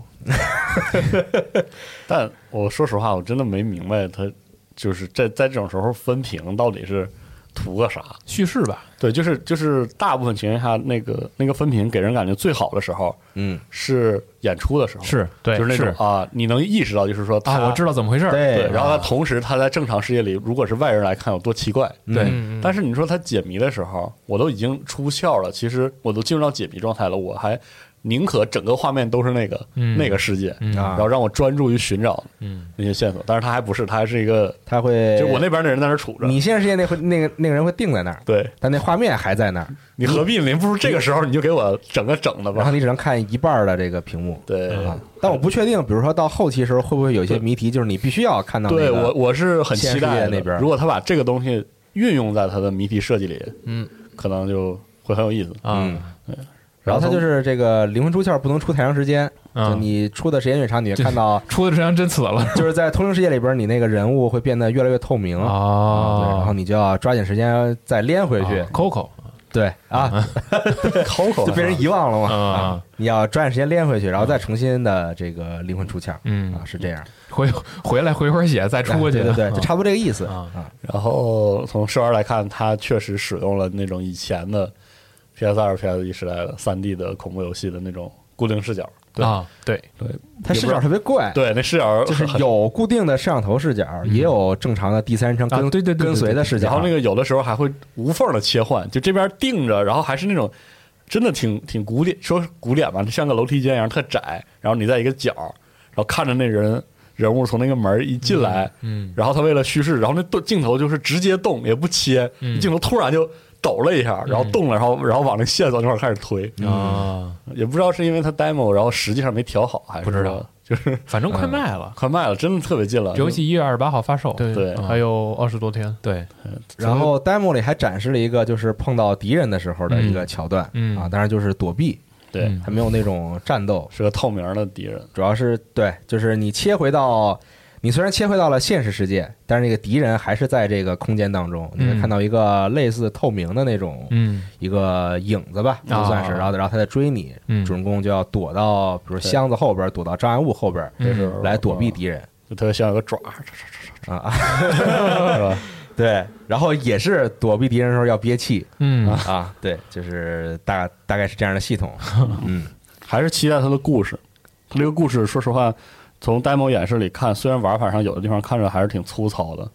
D: 但我说实话，我真的没明白他就是在在这种时候分屏到底是图个啥。
C: 叙事吧，
D: 对，就是就是大部分情况下，那个那个分屏给人感觉最好的时候
B: 嗯，
D: 是演出的时候，
C: 是对
D: 就是那种
C: 是
D: 啊，你能意识到，就是说他
C: 啊，我知道怎么回事儿，
B: 对
D: 对，啊然后他同时他在正常世界里，如果是外人来看有多奇怪，
C: 对
E: 嗯
D: 但是你说他解谜的时候，我都已经出窍了，其实我都进入到解谜状态了，我还宁可整个画面都是那个、
C: 嗯
D: 那个世界，
C: 嗯
B: 啊
D: 然后让我专注于寻找
C: 嗯，
D: 那些线索。但是他还不是，他还是一个，呃
B: 他会
D: 嗯就我那边的人在那杵着。
B: 你现实世界那会那个那个人会定在那儿，
D: 对
B: 但那画面还在那儿，
D: 你何必呢？不如这个时候你就给我整个整的
B: 然后
D: 吧。
B: 你只能看一半儿的这个屏幕。
D: 对，
C: 嗯
B: 啊，但我不确定，比如说到后期时候会不会有一些
D: 对
B: 谜题，就是你必须要看到那
D: 对
B: 个
D: 我我是很
B: 现
D: 期待的
B: 实世界那边
D: 如果他把这个东西运用在他的谜题设计里，
E: 嗯，
D: 可能就会很有意思。
B: 嗯
C: 啊，
B: 然后它
D: 从
B: 就是这个灵魂出窍不能出太长时间，
C: 嗯
B: 就你出的时间越长，你就看 到
C: 出的这张真次了
B: 就是在通灵世界里边，你那个人物会变得越来越透明啊对，然后
C: 哦，
B: 你就要抓紧时间再连回去
C: 啊，Coco
B: 对啊，
D: Coco
B: 就被人遗忘了嘛
C: 啊，
B: 你要抓紧时间连回去，然后再重新的这个灵魂出窍
C: 嗯
B: 啊，是这样，
C: 回回来回会儿血再出过去，
B: 对对对，就
C: 啊
B: 差不多这个意思
C: 啊
B: 啊，
D: 然后从试玩来看，它确实使用了那种以前的 PS 二、PS 一时代的三 D 的恐怖游戏的那种固定视角。对
C: 啊，对，
B: 它视角特别怪，
D: 对，那视角
B: 就是
D: 很。
B: 有固定的摄像头视角，也有正常的第三人称跟
C: 嗯啊对对对对
B: 跟随的视角，
D: 然后那个有的时候还会无缝的切换，就这边定着，然后还是那种真的挺挺古典，说是古典吧，像个楼梯间一样特窄，然后你在一个角，然后看着那人人物从那个门一进来，
C: 嗯，
D: 然后他为了叙事，然后那动镜头就是直接动，也不切，
C: 嗯
D: 镜头突然就抖了一下，然后动了，然后然后往那线索那块儿开始推，
C: 啊，
D: 也不知道是因为它 demo，然后实际上没调好，还是
C: 不知道
D: 说就是
C: 反正快卖了，
D: 快卖了，真的特别近了。
C: 游戏一月二十八号发售，
E: 对
D: 对
E: 还有二十多天，
C: 对，
B: 然后 demo 里还展示了一个就是碰到敌人的时候的一个桥段，
C: 嗯
B: 啊，当然就是躲避，
D: 对，
C: 嗯
B: 还没有那种战斗，
D: 是个透明的敌人，
B: 主要是对，就是你切回到你虽然切回到了现实世界，但是那个敌人还是在这个空间当中，你
C: 嗯
B: 会看到一个类似透明的那种
C: 嗯
B: 一个影子吧，就算是，
C: 啊
B: 然后然后他在追你，
C: 嗯
B: 主人公就要躲到比如
D: 对
B: 箱子后边，躲到障碍物后边
D: 这时
C: 嗯
D: 候
B: 来躲避，敌人
D: 就特别像有个爪，
B: 啊啊。
D: 是吧？
B: 对，然后也是躲避敌人的时候要憋气
C: 嗯
B: 啊，对，就是大大概是这样的系 统，嗯
D: 还是期待它的故事。它这个故事，说实话，从 demo 演示里看，虽然玩法上有的地方看着还是挺粗糙的，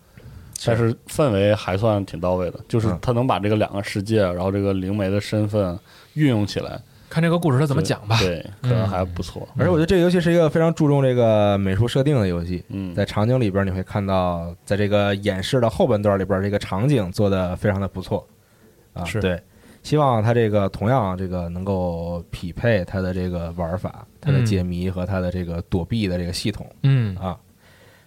D: 但是氛围还算挺到位的。就是
B: 嗯
D: 它能把这个两个世界，然后这个灵媒的身份运用起来，
C: 看这个故事它怎么
D: 对
C: 讲吧，
D: 对，可能还不错。
B: 嗯而且我觉得这个游戏是一个非常注重这个美术设定的游戏。
D: 嗯，
B: 在场景里边，你会看到，在这个演示的后半段里边，这个场景做的非常的不错，啊，
C: 是
B: 对，希望它这个同样这个能够匹配它的这个玩法、它的
C: 嗯
B: 解谜和它的这个躲避的这个系统
C: 嗯，
B: 啊。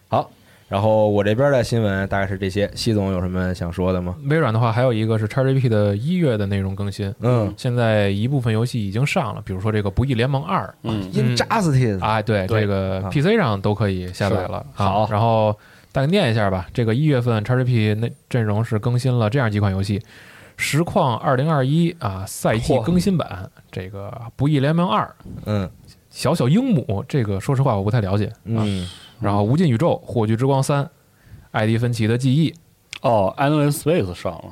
B: 好，然后我这边的新闻大概是这些，西总有什么想说的吗？
C: 微软的话还有一个是 XGP 的一月的内容更新，
B: 嗯
C: 现在一部分游戏已经上了，比如说这个《不义联盟二》。
D: 嗯，
B: ，Injustice，
C: 啊，对，
D: 对
C: 这个
B: 啊
C: PC 上都可以下载了。
B: 是
C: 啊
B: 好
C: 然后大概念一下吧。这个一月份 XGP 那阵容是更新了这样几款游戏：《实况二零二一》啊，赛季
D: 嚯
C: 更新版；这个《不义联盟二》，
B: 嗯
C: 小小樱姆，这个说实话我不太了解。
B: 嗯，
C: 然后《无尽宇宙》《火炬之光三》，《艾迪芬奇的记忆》
D: 哦，Endless Space 上了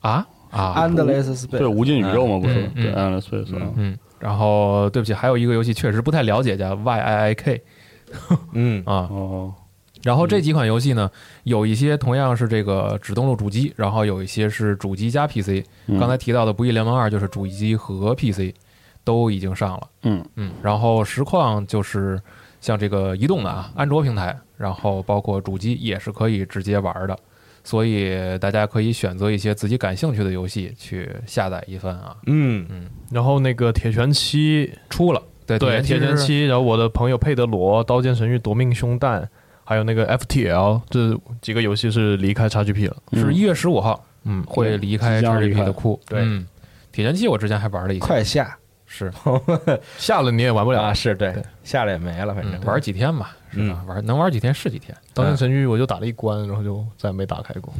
D: 啊。
C: 啊啊，
B: ，Endless
D: 对，
B: Space，
D: 无尽宇宙嘛，不是
C: 嗯？嗯
D: 对，Endless Space 啊。
C: 嗯。然后对不起，还有一个游戏确实不太了解，叫 Y I I K
B: 嗯
C: 啊，
D: 哦，
C: 然后这几款游戏呢，有一些同样是这个只登录主机，然后有一些是主机加 PC。
D: 嗯
C: 刚才提到的《不义联盟二》就是主机和 PC 都已经上了，
D: 嗯
C: 嗯。然后实况就是像这个移动的啊，安卓平台，然后包括主机也是可以直接玩的，所以大家可以选择一些自己感兴趣的游戏去下载一番啊。
B: 嗯
E: 然后那个铁拳七
C: 出了，对
E: 对，铁拳
C: 是
E: 七，然后我的朋友佩德罗、刀剑神域、夺命凶弹，还有那个 FTL 这几个游戏是离开 XGP 了。
C: 是一月十五号，嗯，会离开
D: 即将离
C: XGP
D: 开
C: 的库。
E: 对
C: 嗯，铁拳七我之前还玩了一下，
B: 快下，
C: 是
E: 下了你也玩不
B: 啊，
E: 了。嗯
B: 是对，下来也没了，反正
C: 嗯玩几天吧，是吧？玩能玩几天是几天。
E: 当时神域我就打了一关，然后就再也没打开过。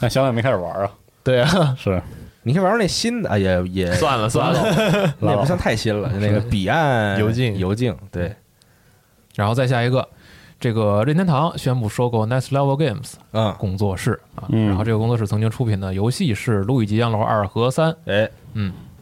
D: 那小冉没开始玩啊？
E: 对啊，
D: 是
B: 你可以玩玩那新的，啊也也
E: 算了算了，
B: 那也不算太新了，就那个彼岸
E: 游镜
B: 游镜，对，
C: 然后再下一个，这个任天堂宣布收购 Next Level Games
B: 嗯，
C: 工作室啊，
D: 嗯
C: 然后这个工作室曾经出品的游戏是《路易吉洋楼二》和三
B: 哎，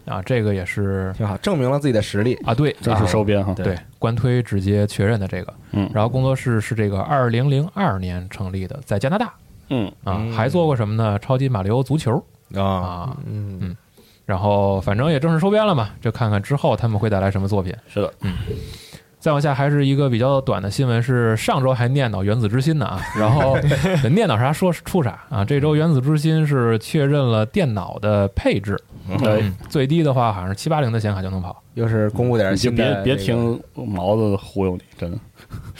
C: 啊，这个也是
B: 挺好，证明了自己的实力，
C: 啊，对，
D: 这是收编哈。
B: 对
C: 对官推直接确认的这个。
D: 嗯
C: 然后工作室是这个二零零二年成立的，在加拿大
D: 嗯，
C: 啊
B: 嗯，
C: 还做过什么呢？超级马里奥足球
B: 啊，
C: 啊，
E: 嗯，
C: 然后反正也正式收编了嘛，就看看之后他们会带来什么作品。
D: 是的，
C: 再往下还是一个比较短的新闻，是上周还念叨《原子之心》呢啊，然后念叨啥说出啥啊。这周《原子之心》是确认了电脑的配置，
D: 哎，
C: 嗯，最低的话好像是七八零的显卡就能跑。
B: 又是公布点
D: 你就
B: 新的
D: 别别
B: 这个，
D: 听毛子忽悠你，真的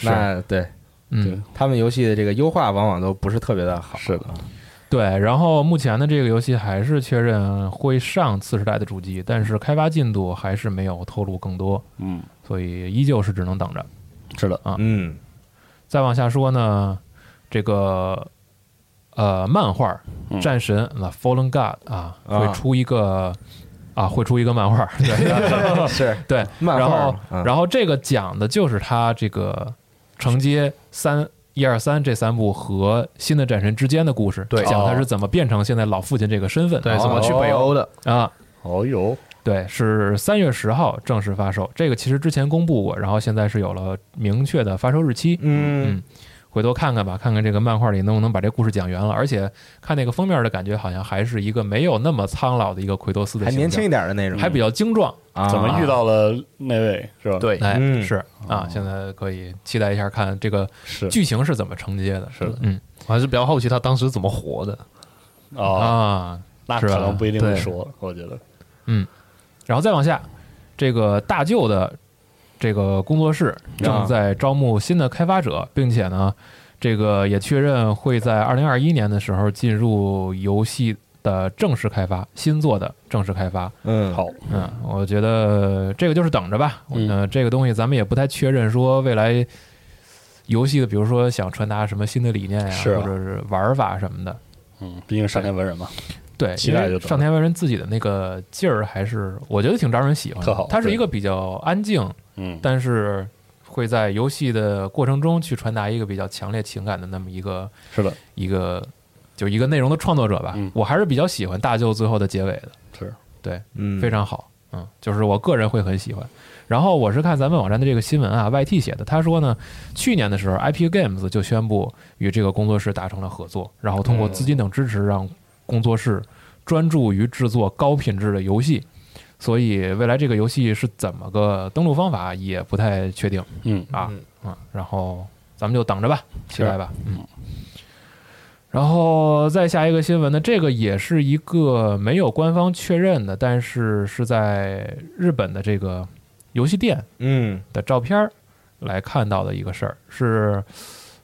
B: 那对
C: 嗯
D: 对，
B: 他们游戏的这个优化往往都不是特别的好，
D: 是的，
C: 对。然后目前的这个游戏还是确认会上次世代的主机，但是开发进度还是没有透露更多，
D: 嗯，
C: 所以依旧是只能等着。
D: 是的，
B: 嗯，
C: 再往下说呢，这个呃，漫画儿
D: 嗯
C: 《战神》那 Fallen God 啊，
B: 啊
C: 会出一个啊，会出一个漫画儿，对
B: 是
C: 对，
B: 漫
C: 然
B: 画
C: 后
B: 儿嗯
C: 然后这个讲的就是他这个承接三。一二三这三部和新的战神之间的故事，
E: 对
C: 讲他是怎么变成现在老父亲这个身份的，
E: 对，怎么去北欧的？
C: 啊？
D: 哦呦，
C: 对，是三月十号正式发售。这个其实之前公布过，然后现在是有了明确的发售日期。
B: 嗯
C: 回头看看吧，看看这个漫画里能不能把这故事讲圆了。而且看那个封面的感觉，好像还是一个没有那么苍老的一个奎多斯的
B: 还
C: 形象
B: 年轻一，点的那种，
C: 嗯还比较精壮。
B: 啊
D: 怎么遇到了那位是吧？，
E: 对，
C: 哎，
B: 嗯
C: 是啊，现在可以期待一下，看这个
D: 是
C: 剧情是怎么承接的。
D: 是的
C: 嗯
E: 我还是比较好奇他当时怎么活的。
D: 啊，
B: 哦
C: 啊，
D: 那
C: 是
D: 可
C: 吧
D: 能不一定会
C: 对
D: 说，我觉得
C: 然后再往下，这个大舅的这个工作室正
D: 啊
C: 在招募新的开发者，并且呢，这个也确认会在二零二一年的时候进入游戏的正式开发，新作的正式开发。
B: 嗯
D: 好，
C: 嗯，我觉得这个就是等着吧。
D: 嗯
C: 呃，这个东西咱们也不太确认，说未来游戏的，比如说想传达什么新的理念呀、
D: 是啊
C: 或者是玩法什么的。
D: 嗯，毕竟上天文人嘛，
C: 对，
D: 期
C: 因
D: 待
C: 为
D: 就等
C: 上天文人自己的那个劲儿，还是我觉得挺招人喜欢的。
D: 特好
C: 他是
D: 对
C: 一个比较安静，
D: 嗯，
C: 但是会在游戏的过程中去传达一个比较强烈情感的那么一个
D: 是的，
C: 一个就一个内容的创作者吧。
D: 嗯
C: 我还是比较喜欢大舅最后的结尾的，
D: 是
C: 对，
B: 嗯
C: 非常好，嗯，就是我个人会很喜欢。然后我是看咱们网站的这个新闻啊，YT 写的，他说呢，去年的时候，IP Games 就宣布与这个工作室达成了合作，然后通过资金等支持，让工作室专注于制作高品质的游戏。所以未来这个游戏是怎么个登录方法也不太确定
D: 嗯
C: 啊
E: 嗯
C: 啊，然后咱们就等着吧，期待吧，嗯。然后再下一个新闻呢，这个也是一个没有官方确认的，但是是在日本的这个游戏店
B: 嗯
C: 的照片儿来看到的一个事儿，是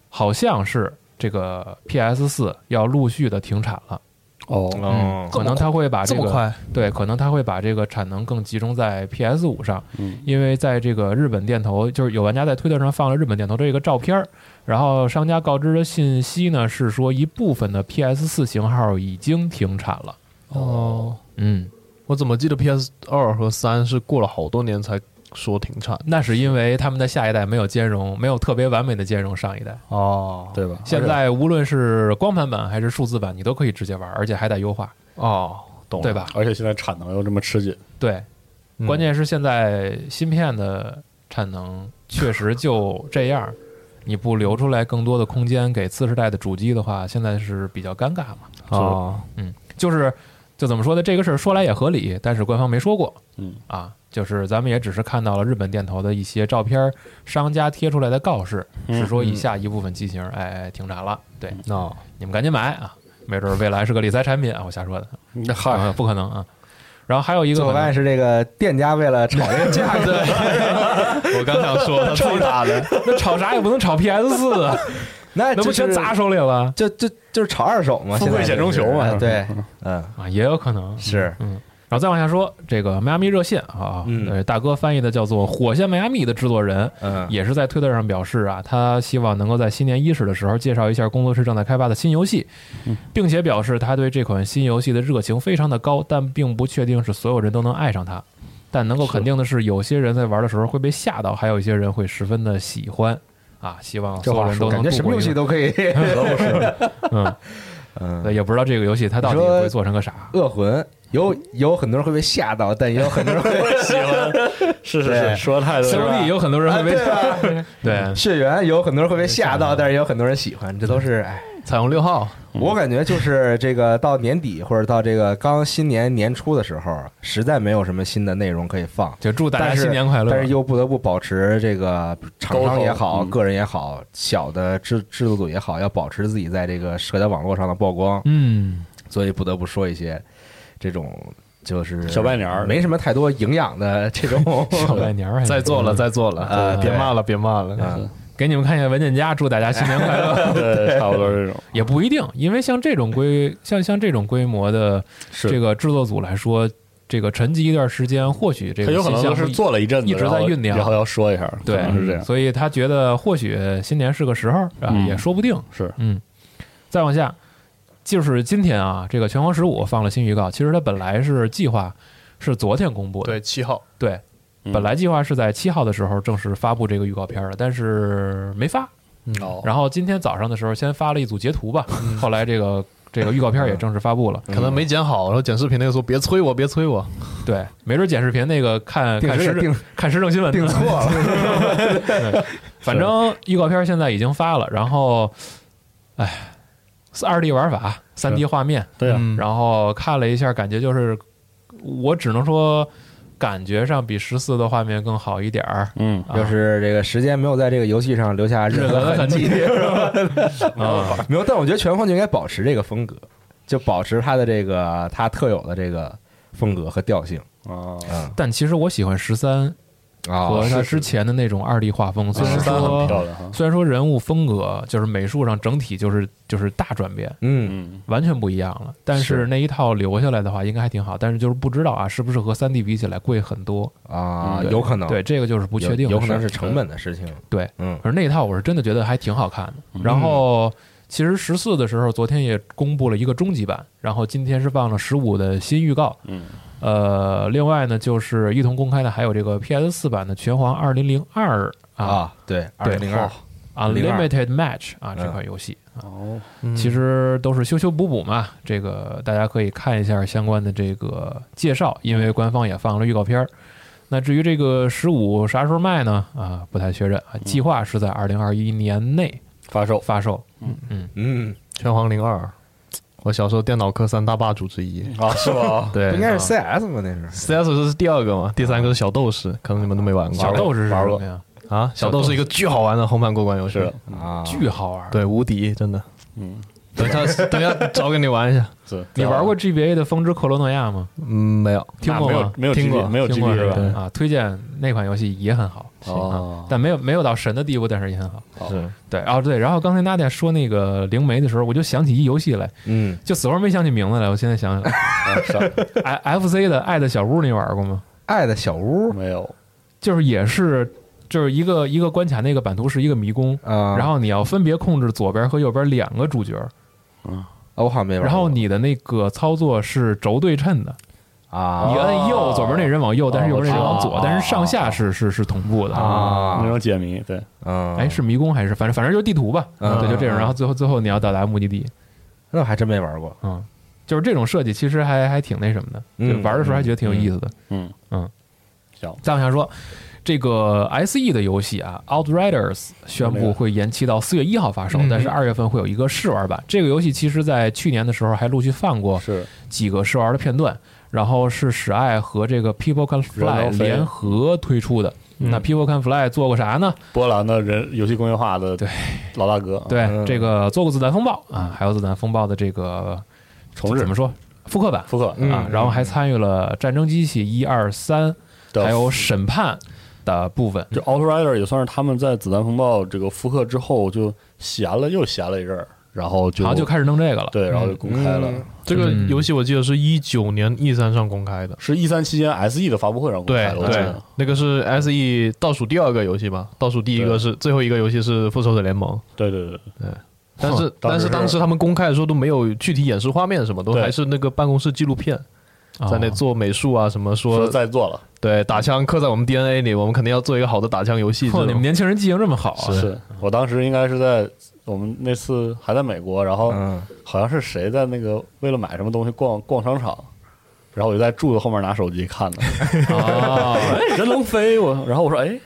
C: 好像是这个 PS 四要陆续的停产了，
D: 哦，
B: 哦
C: 可能它会把
E: 嗯这
C: 这
E: 么
C: 个
E: 快？
C: 对，可能它会把这个产能更集中在 PS 五上，
D: 嗯，
C: 因为在这个日本电头，就是有玩家在推特上放了日本电头这个照片儿，然后商家告知的信息呢是说一部分的 PS 四型号已经停产了，
E: 哦，
C: 嗯，
E: 我怎么记得 PS 二和三是过了好多年才说停产？
C: 那是因为他们的下一代没有兼容，没有特别完美的兼容上一代。
E: 哦，
D: 对吧？
C: 现在无论是光盘版还是数字版，你都可以直接玩，而且还带优化。
E: 哦，
D: 懂了
C: 对吧
D: 而且现在产能又这么吃紧，
C: 对，
E: 嗯
C: 关键是现在芯片的产能确实就这样，你不留出来更多的空间给次世代的主机的话，现在是比较尴尬嘛。
E: 哦，
C: 就是就怎么说呢？这个事儿说来也合理，但是官方没说过。
D: 嗯
C: 啊，就是咱们也只是看到了日本电头的一些照片儿，商家贴出来的告示是说以下一部分机型，哎哎，停产了。对，
B: 哦
E: 那
C: 你们赶紧买啊，没准儿未来是个理财产品啊，我瞎说的，
D: 那嗨
C: 啊，，不可能啊。然后还有一
B: 最
C: 个
B: 后
C: 可
B: 发
C: 能
B: 现是这个 店家为了炒这个价格，
E: 我刚想 说他
D: 臭打的，
C: 那炒啥也不能炒 PS 四，
B: 那
C: 那不全砸
B: 砸，
C: 手里了
B: 就就就是炒二手嘛，
D: 富贵
B: 现在
D: 险中
B: 就是
D: 求嘛
B: 哎对
D: 嗯，
B: 嗯
C: 啊？也有可能。
B: 是，
C: 嗯，然后再往下说，这个迈阿密热线啊，
B: 嗯
C: 呃，大哥翻译的叫做《火线迈阿密》的制作人，
B: 嗯
C: 也是在推特上表示啊，他希望能够在新年伊始的时候介绍一下工作室正在开发的新游戏，
B: 嗯
C: 并且表示他对这款新游戏的热情非常的高，但并不确定是所有人都能爱上它。但能够肯定的是，有些人在玩的时候会被吓到，还有一些人会十分的喜欢啊。希望
B: 这
C: 所有
B: 话
C: 人
B: 说
C: 都能
B: 感觉
C: 度
B: 什么
C: 过
B: 游
C: 一
B: 戏
C: 个
B: 都可 以。
C: 嗯，
B: 嗯，
C: 对也不知道这个游戏它到底
B: 你说
C: 会做成个啥。
B: 恶魂有有很多人会被吓到，但也有很多人 会
D: 喜欢，是是是，
B: 对
D: 说得太对了。
C: COD 有很多人会被、
B: 啊 对
C: 对
B: 血缘，有很多人会被吓到，嗯但是也有很多人喜欢，这都是哎。
E: 彩虹六号，
B: 我感觉就是这个到年底或者到这个刚新年年初的时候，实在没有什么新的内容可以放。
C: 就祝大
B: 但
C: 家
B: 是
C: 新年快乐。
B: 但是又不得不保持这个厂商也好，
D: 嗯
B: 个人也好，小的制制作组也好，要保持自己在这个社交网络上的曝光，
C: 嗯，
B: 所以不得不说一些这种就是
D: 小白脸儿
B: 没什么太多营养的这种
C: 小 拜年儿嗯还
E: 再做了，再做了，
B: 啊
E: 别
B: 对
E: 骂了，别骂了，
B: 嗯
C: 给你们看一下文件夹，祝大家新年快 乐。
D: 对，差不多这种。
C: 也不一定，因为像这种规像像这种规模的
D: 是
C: 这个制作组来说，这个沉寂一段时间，或许这
D: 他
C: 个
D: 有可
C: 新
D: 能
C: 项
D: 就
C: 目
D: 是做了一阵子，
C: 一直在
D: 然后
C: 酝酿
D: 然后要说一下，
C: 对嗯
D: 可能是这样。
C: 所以他觉得或许新年是个时候啊，
D: 嗯
C: 也说不定。
D: 是，
C: 嗯，再往下就是今天啊，这个拳皇十五放了新预告，其实它本来是计划是昨天公布的，
E: 对，七号，
C: 对，
D: 嗯
C: 本来计划是在七号的时候正式发布这个预告片儿的，但是没发。
D: 哦，
C: 然后今天早上的时候，先发了一组截图吧，
E: 嗯
C: 后来这个这个预告片儿也正式发布了。
E: 可能没剪好，然后剪视频那个说别催我，别催我，
C: 对，没准剪视频那个看
B: 定
C: 看
B: 时
C: 时
B: 也定
C: 政看时政新闻呢
B: 定错 了，
C: 反正预告片现在已经发了，然后，哎，二 D 玩法，三 D 画面，
D: 对啊，
E: 嗯
C: 然后看了一下，感觉就是我只能说，感觉上比十四的画面更好一点儿。
D: 嗯，
C: 啊
B: 就是这个时间没有在这个游戏上留下任何
C: 任何
B: 痕迹， 是吧？
C: 啊、
B: 没有，但我觉得拳皇就应该保持这个风格，就保持它的这个它特有的这个风格和调性
D: 哦，
C: 但其实我喜欢十三
B: 啊。
C: 和它之前的那种二 D 画风，虽然
D: 十三很漂
C: 说
D: 亮哈，
C: 虽然说人物风格就是美术上整体就是就是大转变，
B: 嗯，
D: 嗯，
C: 完全不一样了。但是
B: 是
C: 那一套留下来的话，应该还挺好。但是就是不知道啊，是不是和三 D 比起来贵很多？
B: 啊，
D: 嗯
B: 有可能，
C: 对，这个就是不
B: 不
C: 确定的
B: 有可能
C: 事儿
B: 是成本的事情。
C: 对。
B: 嗯
C: 可是那一套我是真的觉得还挺好看的。然后其实十四的时候，昨天也公布了一个终极版，然后今天是放了十五的新预告。
D: 嗯，
C: 呃，另外呢，就是一同公开的还有这个 PS 四版的《拳皇二零零二》啊，
B: 啊，对，二
C: 对
B: 零啊零二，
C: Unlimited Match》啊这
B: 嗯
C: 款游戏。
D: 哦，
C: 其实都是修修补补嘛。这个大家可以看一下相关的这个介绍，因为官方也放了预告片儿。那至于这个十五啥时候卖呢？啊，不太确认啊。计划是在二零二一年内
D: 发售，
C: 发售。
B: 嗯，
E: 拳皇零二，我小时候电脑课三大霸主之一，
D: 啊，是吧？
E: 对，
B: 不应该是 CS 吗？那是
E: CS 这是第二个嘛，第三个是小斗士，可能你们都没玩过。
C: 小斗士是
D: 玩
C: 什
D: 过
C: 么呀？
E: 啊，小斗士一个巨好玩的横版过关游戏
D: 是，的，
B: 啊，
C: 巨好玩。，
E: 对，无敌，真的。
D: 嗯，
E: 等一下，等一下，找给你玩一下。
D: 是
C: 你玩过 GBA 的《风之克罗诺亚》吗？
E: 嗯，没有，
C: 听过吗？
D: 没有没有
E: 听
D: GB
E: 过
D: 没有
C: 听过
D: GB
C: 是
D: 是吧？
E: 对
C: 吧？啊，推荐那款游戏也很好，
D: 哦
C: 啊但没有没有到神的地步，但是也很好。
E: 是
C: 对，哦对，然后刚才娜姐说那个灵媒的时候，我就想起一游戏来，
B: 嗯，
C: 就死活没想起名字来，我现在想想
D: 啊 是
C: ，F F C 的《爱的小屋》你玩过吗？
B: 爱的小屋
D: 没有，
C: 就是也是就是一个一个关卡，那个版图是一个迷宫，
B: 啊，
C: 然后你要分别控制左边和右边两个主角，
B: 哦我好像没玩过，
C: 然后你的那个操作是轴对称的，
B: 啊
C: 你按右，左边那人往右，但是右边那人往
B: 哦
C: 左，但是上下是是是同步的。
D: 那
B: 啊，
D: 种解谜，对，
B: 嗯，
C: 哎，是迷宫还是反正反正就是地图吧，
B: 嗯
C: 对，就这
B: 嗯
C: 种。然后最后最后你要到达目的地，
B: 那我还真没玩过，
C: 嗯，就是这种设计其实还还挺那什么的，就
B: 嗯
C: 玩的时候还觉得挺有意思的。
D: 嗯
C: 嗯，
D: 行，
C: 再往下说，这个 S E 的游戏啊，Outriders 宣布会延期到四月一号发售，
E: 嗯
C: 但是二月份会有一个试玩版。这个游戏其实在去年的时候还陆续放过
D: 是
C: 几个试玩的片段，然后是史爱和这个 People Can
D: 人
C: Fly
D: 能飞
C: 联合推出的。那 People Can Fly 做过啥呢？
D: 波兰的人游戏工业化的
C: 对
D: 老大哥，，啊
C: 对，
B: 嗯
C: 这个做过《子弹风暴》啊，还有《子弹风暴》的这个
D: 重
C: 怎
D: 置
C: 么说复刻版
D: 复刻
B: 嗯
C: 啊，然后还参与了《战争机器》一二三，
D: 的
C: 还有审判的部分。
D: 就 Outrider 也算是他们在《子弹风暴》这个复刻之后就闲了又闲了一阵儿，然后就
C: 好像就开始弄这个了。
D: 对，然后就公开了。
B: 嗯
E: 这个游戏我记得是一九年 E 三上公开的，
D: 是 E 三期间 SE 的发布会上公
E: 对
D: 开了，我记
E: 对
D: 得，
E: 那个是 S E 倒数第二个游戏吧，倒数第一个
D: 对
E: 是最后一个游戏是复仇者联盟，
D: 对对对对，
E: 但
D: 哼当
E: 是
D: 时
E: 但是
D: 是
E: 当时他们公开的时候都没有具体演示画面什么，都
D: 对
E: 还是那个办公室纪录片，
C: 啊
E: 在那做美术啊什么
D: 说
E: 说
D: 在做了，
E: 对打枪刻在我们 DNA 里，我们肯定要做一个好的打枪游戏。
C: 嚯，
E: 这
C: 你
E: 种
C: 们年轻人记性这么好啊！
D: 是我当时应该是在我们那次还在美国，然后
B: 嗯，
D: 好像是谁在那个为了买什么东西逛逛商场，然后我就在柱子后面拿手机看的，
C: 啊，
D: 哎人能飞我，然后我说哎，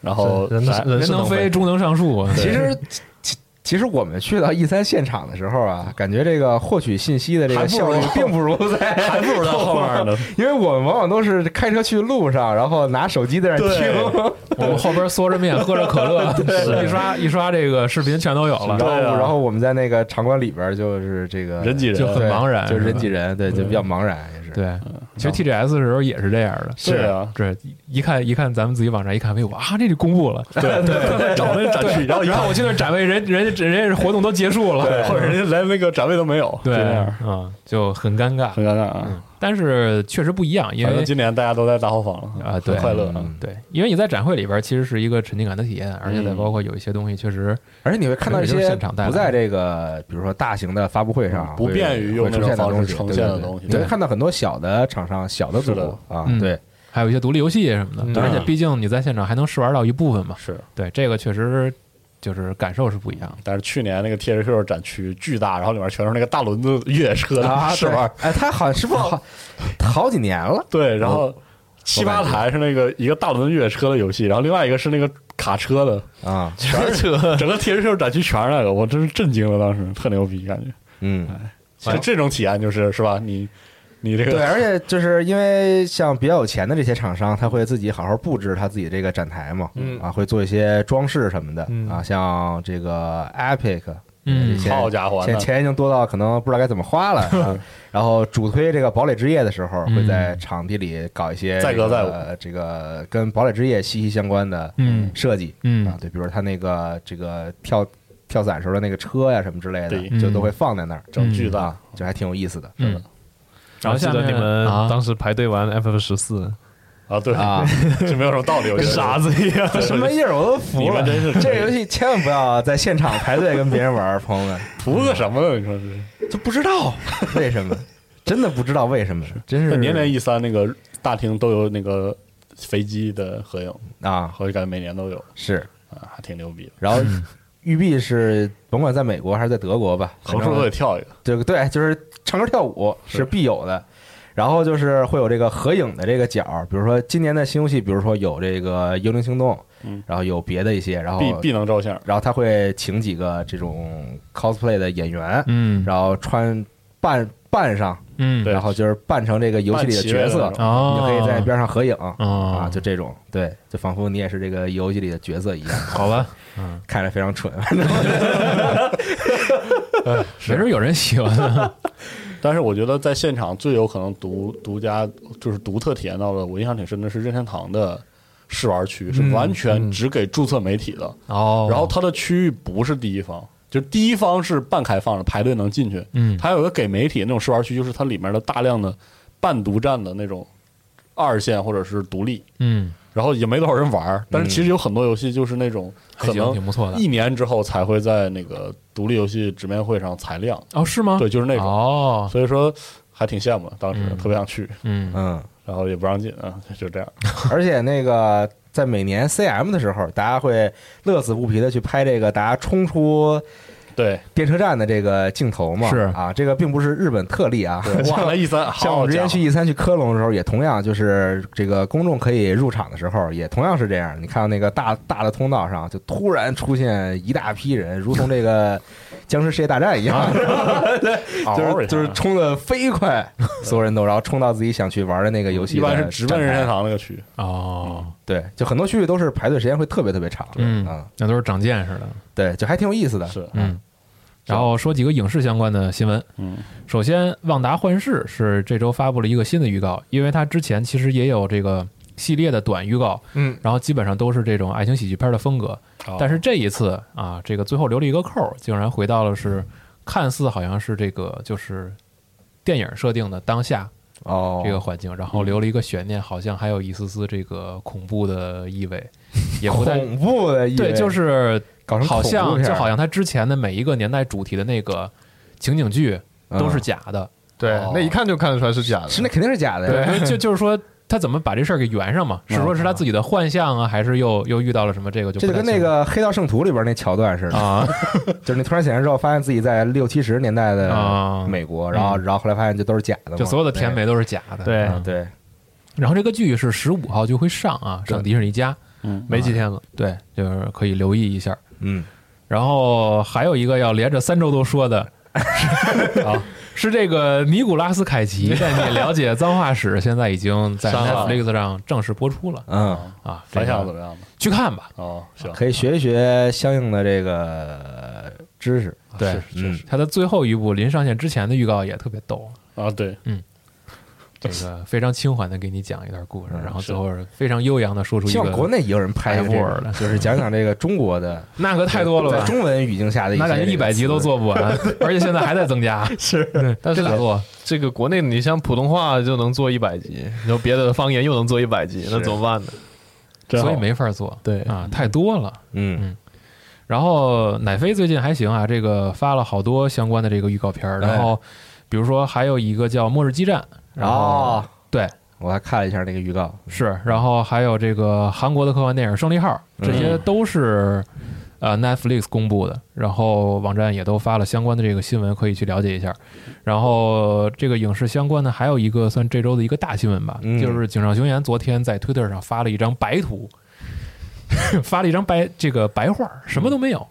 D: 然后
E: 人
D: 啥
E: 能人
C: 人
E: 是
C: 能
E: 能
C: 飞，猪能上树啊。
B: 其实 其其实我们去到 E 三现场的时候啊，感觉这个获取信息的这个效率并不如在，
D: 还不如在后面呢，
B: 因为我们往往都是开车去路上，然后拿手机在那儿听，
C: 我们后边缩着面，喝着可乐，一刷一刷这个视频全都有
B: 然
C: 了，
B: 后
D: 对啊
B: 然后我们在那个场馆里边就是这个
D: 人挤人
C: 就很
B: 对
C: 茫然，
B: 就是
C: 吧
B: 人挤人，对，就比较茫然也是。
C: 对，嗯其实 TGS 的时候也是这样的。
D: 对啊，
C: 对，一看一看咱们自己网站一看微博啊，这就公布了。
D: 对对，找那个展区，然后一
C: 然后
D: 看
C: 我去那展位，人人家人家活动都结束
D: 对，
C: 了，
D: 或者人家连那个展位都没有，
C: 对
D: 就那样
C: 啊，就很尴尬。
D: 很尴尬啊。
C: 但是确实不一样，因
D: 反
C: 为
D: 正今年大家都在大后方了
C: 啊
D: 很
C: 对
D: 快乐啊。
B: 嗯
C: 对，因为你在展会里边其实是一个沉浸感的体验，而且再包括有一些东西确实
B: 而且你会看到一
C: 这就是
B: 些
C: 现场带来
B: 不
C: 的
B: 在这个，比如说大型的发布会上
D: 嗯不便于用
B: 会
D: 那
B: 出
D: 种
B: 现的
D: 方
B: 东
D: 式
B: 西
D: 呈
B: 对
D: 现
B: 对
D: 的
B: 对
D: 东西
B: 你会
D: 对
B: 看到很多小的厂商、小的组
D: 是的
B: 啊
C: 嗯，
B: 对，
C: 还有一些独立游戏什么的。
E: 嗯
C: 而且毕竟你在现场还能试玩到一部分嘛。
D: 是，
C: 对，这个确实就是感受是不一样的。
D: 但是去年那个 THQ 展区巨大，然后里面全是那个大轮子越野 车
B: 啊，
D: 的
B: 对
D: 试玩，
B: 哎，他好像是不是 好好几年了？
D: 对，然后七八台是那个一个大轮越野车的游戏，然后另外一个是那个卡车的，
B: 啊，
D: 全是 整个 THQ 展区全是那个，我真是震惊了，当时特牛逼，感觉
B: 嗯，
D: 这这种体验就是是吧？你你这
B: 对，
D: 个
B: 而且就是因为像比较有钱的这些厂商，他会自己好好布置他自己这个展台嘛，
E: 嗯
B: 啊，会做一些装饰什么的
E: 嗯
B: 啊，像这个 Epic，
C: 嗯
B: 这些
D: 好家伙，
B: 现在钱已经多到可能不知道该怎么花 了。啊、然后主推这个堡垒之夜的时候，
C: 嗯
B: 会在场地里搞一些
D: 载歌
B: 这个
D: 载舞
B: 这个跟堡垒之夜息息相关的
C: 嗯
B: 设计。
C: 嗯
B: 啊，对，比如他那个这个跳跳伞时候的那个车呀、什么之类的，
D: 对
B: 就都会放在那儿，
D: 整巨
B: 嗯
D: 大
B: 啊，，就还挺有意思的。
C: 嗯。然后
E: 我记
C: 下
E: 得
C: 面
E: 你们
C: 啊
E: 当时排队玩 FF 十四，
D: 啊，对
B: 啊，
D: 这没有什么道理，我觉得
E: 子一样。
D: 对
B: 什么意儿我都
D: 你
B: 服
D: 们
B: 了，
D: 真是
B: 这个游戏千万不要在现场排队跟别人玩儿，朋友们，
D: 图个什么呢？你说 这是。
B: 就不知道为什么，真的不知道为什么，真是
D: 那年年 E 三那个大厅都有那个飞机的合影，
B: 啊
D: 好像感觉每年都有
B: 是，
D: 啊，还挺牛逼的。
B: 然后育碧是甭管在美国还是在德国 吧，
D: 横竖都得跳一个，
B: 对对，就是唱歌跳舞是
D: 是
B: 必有的。然后就是会有这个合影的这个角，比如说今年的新游戏，比如说有这个《幽灵行动》，
D: 嗯
B: 然后有别的一些，然后
D: 必必能照相。
B: 然后他会请几个这种 cosplay 的演员，
C: 嗯
B: 然后穿扮扮上，
C: 嗯
D: 对
B: 然后就是扮成这个游戏里的角色
D: 扮奇，
B: 你
C: 哦，
B: 就可以在边上合影、
D: 哦
B: 啊，
C: 啊
B: 就这种，对，就仿佛你也是这个游戏里的角色一 样，
C: 好吧，
B: 看着非常蠢。
C: 没准有人喜欢呢。
D: 但是我觉得在现场最有可能独独家就是独特体验到的，我印象挺深的是任天堂的试玩区是完全只给注册媒体的，
C: 哦
D: 然后它的区域不是第一方。就是第一方是半开放的，排队能进去。
C: 嗯
D: 它有一个给媒体那种试玩区，就是它里面的大量的半独占的那种二线或者是独立，
C: 嗯，
D: 然后也没多少人玩儿，但是其实有很多游戏就是那种
C: 还
D: 可
C: 行，
D: 能
C: 挺不错的。
D: 一年之后才会在那个独立游戏直面会上才亮，
C: 哦，是吗？
D: 对，就是那种，
C: 哦，
D: 所以说还挺羡慕的，当时
C: 嗯
D: 特别想去，
C: 嗯
B: 嗯，
D: 然后也不让进啊，就这样。
B: 而且那个在每年 CM 的时候，大家会乐此不疲的去拍这个大家冲出
D: 对，
B: 电车站的这个镜头嘛，
C: 是
B: 啊，这个并不是日本特例啊，
D: 哇，那 E 三
B: 像我
D: 好
B: 们之
D: 家
B: 前
D: 伙
B: 去，E 三去科隆的时候，也同样就是这个公众可以入场的时候，也同样是这样。你看到那个大大的通道上，就突然出现一大批人，如同这个僵尸世界大战一 样，哦
D: 嗷
B: 就
D: 一
B: 是
D: 下
B: 就是冲的飞快，所有人都，然后冲到自己想去玩的那个游戏
D: 一
B: 的展
D: 般
B: 台。
D: 是直奔任天堂那个区，
C: 哦，
B: 对，就很多区域都是排队时间会特别特别长，
C: 嗯
B: 啊，
C: 那都是长见识的。
B: 对，就还挺有意思的。
D: 是
C: 嗯，然后说几个影视相关的新闻。
D: 嗯，
C: 首先，《旺达幻视》是这周发布了一个新的预告，因为它之前其实也有这个系列的短预告，
E: 嗯，
C: 然后基本上都是这种哦爱情喜剧片的风格。但是这一次啊，这个最后留了一个扣儿，竟然回到了是看似好像是这个就是电影设定的当下
B: 哦，
C: 这个环境，然后留了一个悬念，好像还有一丝丝这个恐怖的意 味，也不太
B: 恐怖的意味，
C: 对，就是
B: 搞成
C: 好
B: 恐怖
C: 像
B: 片
C: 就
B: 儿
C: 好像他之前的每一个年代主题的那个情景剧都是假的，
E: 对
B: 哦，
E: 那一看就看得出来是假的。
B: 是那肯定是假的呀，
C: 对，就就是说他怎么把这事儿给圆上嘛？
B: 嗯
C: 是说是他自己的幻象啊，还是又又遇到了什么这个就
B: 这就
C: 不太
B: 跟那
C: 清楚
B: 个《黑道圣徒》里边那桥段似的，
C: 啊
B: 就是你突然醒来之后，发现自己在六七十年代的
C: 啊，
B: 美国，然后然后后来发现这都是假的嘛，
C: 就所有的甜美都是假的。嗯
E: 对
B: 对，对，
C: 然后这个剧是十五号就会上啊，上迪士尼家，
D: 嗯，
E: 没几天了，
C: 对，就是可以留意一下。
B: 嗯，
C: 然后还有一个要连着三周都 说的是啊，是这个尼古拉斯凯 奇带你了解脏话史，现在已经在
D: 上了
C: Netflix 上正式播出了
B: 嗯，
C: 啊，
D: 反响
C: 这
D: 怎
C: 个
D: 么样呢？
C: 去看吧。
D: 哦，行，
B: 可以学一学相应的这个知识，
D: 啊
C: 对，
B: 嗯，
C: 他的最后一部临上线之前的预告也特别逗，
D: 啊，对，
C: 这个非常轻缓的给你讲一段故事，
B: 嗯
C: 然后
D: 是
C: 最后非常悠扬的说出一
B: 希望嗯国
C: 个，
B: 内也有人拍一个这
C: 拍
B: 个，
C: 过
B: 就是讲讲这个中国的，
C: 那可太多了
B: 在
C: 吧。
B: 中文语境下的一些
C: 那
B: 这个
C: 感
B: 词，
C: 觉一百集都做 不完，而且现在还在增加。是，但
E: 但
C: 是
E: 是
C: 咋做？
E: 这个国内你像普通话就能做一百集，然后别的方言又能做一百集，那怎么办呢？
D: 真好
C: 所以没法做。
E: 对
C: 啊，太多了。
B: 嗯，
C: 然后奶飞最近还行啊，这个发了好多相关的这个预告片儿，然后比如说还有一个叫《末日激战》，然后
B: 哦
C: 对
B: 我还看了一下那个预告，
C: 是，然后还有这个韩国的科幻电影《胜利号》，这些都是呃 Netflix 公布的，然后网站也都发了相关的这个新闻，可以去了解一下。然后这个影视相关的还有一个算这周的一个大新闻吧，
B: 嗯
C: 就是井上雄彦昨天在 Twitter 上发了一张白图， 发了一张白这个白画，什么都没有，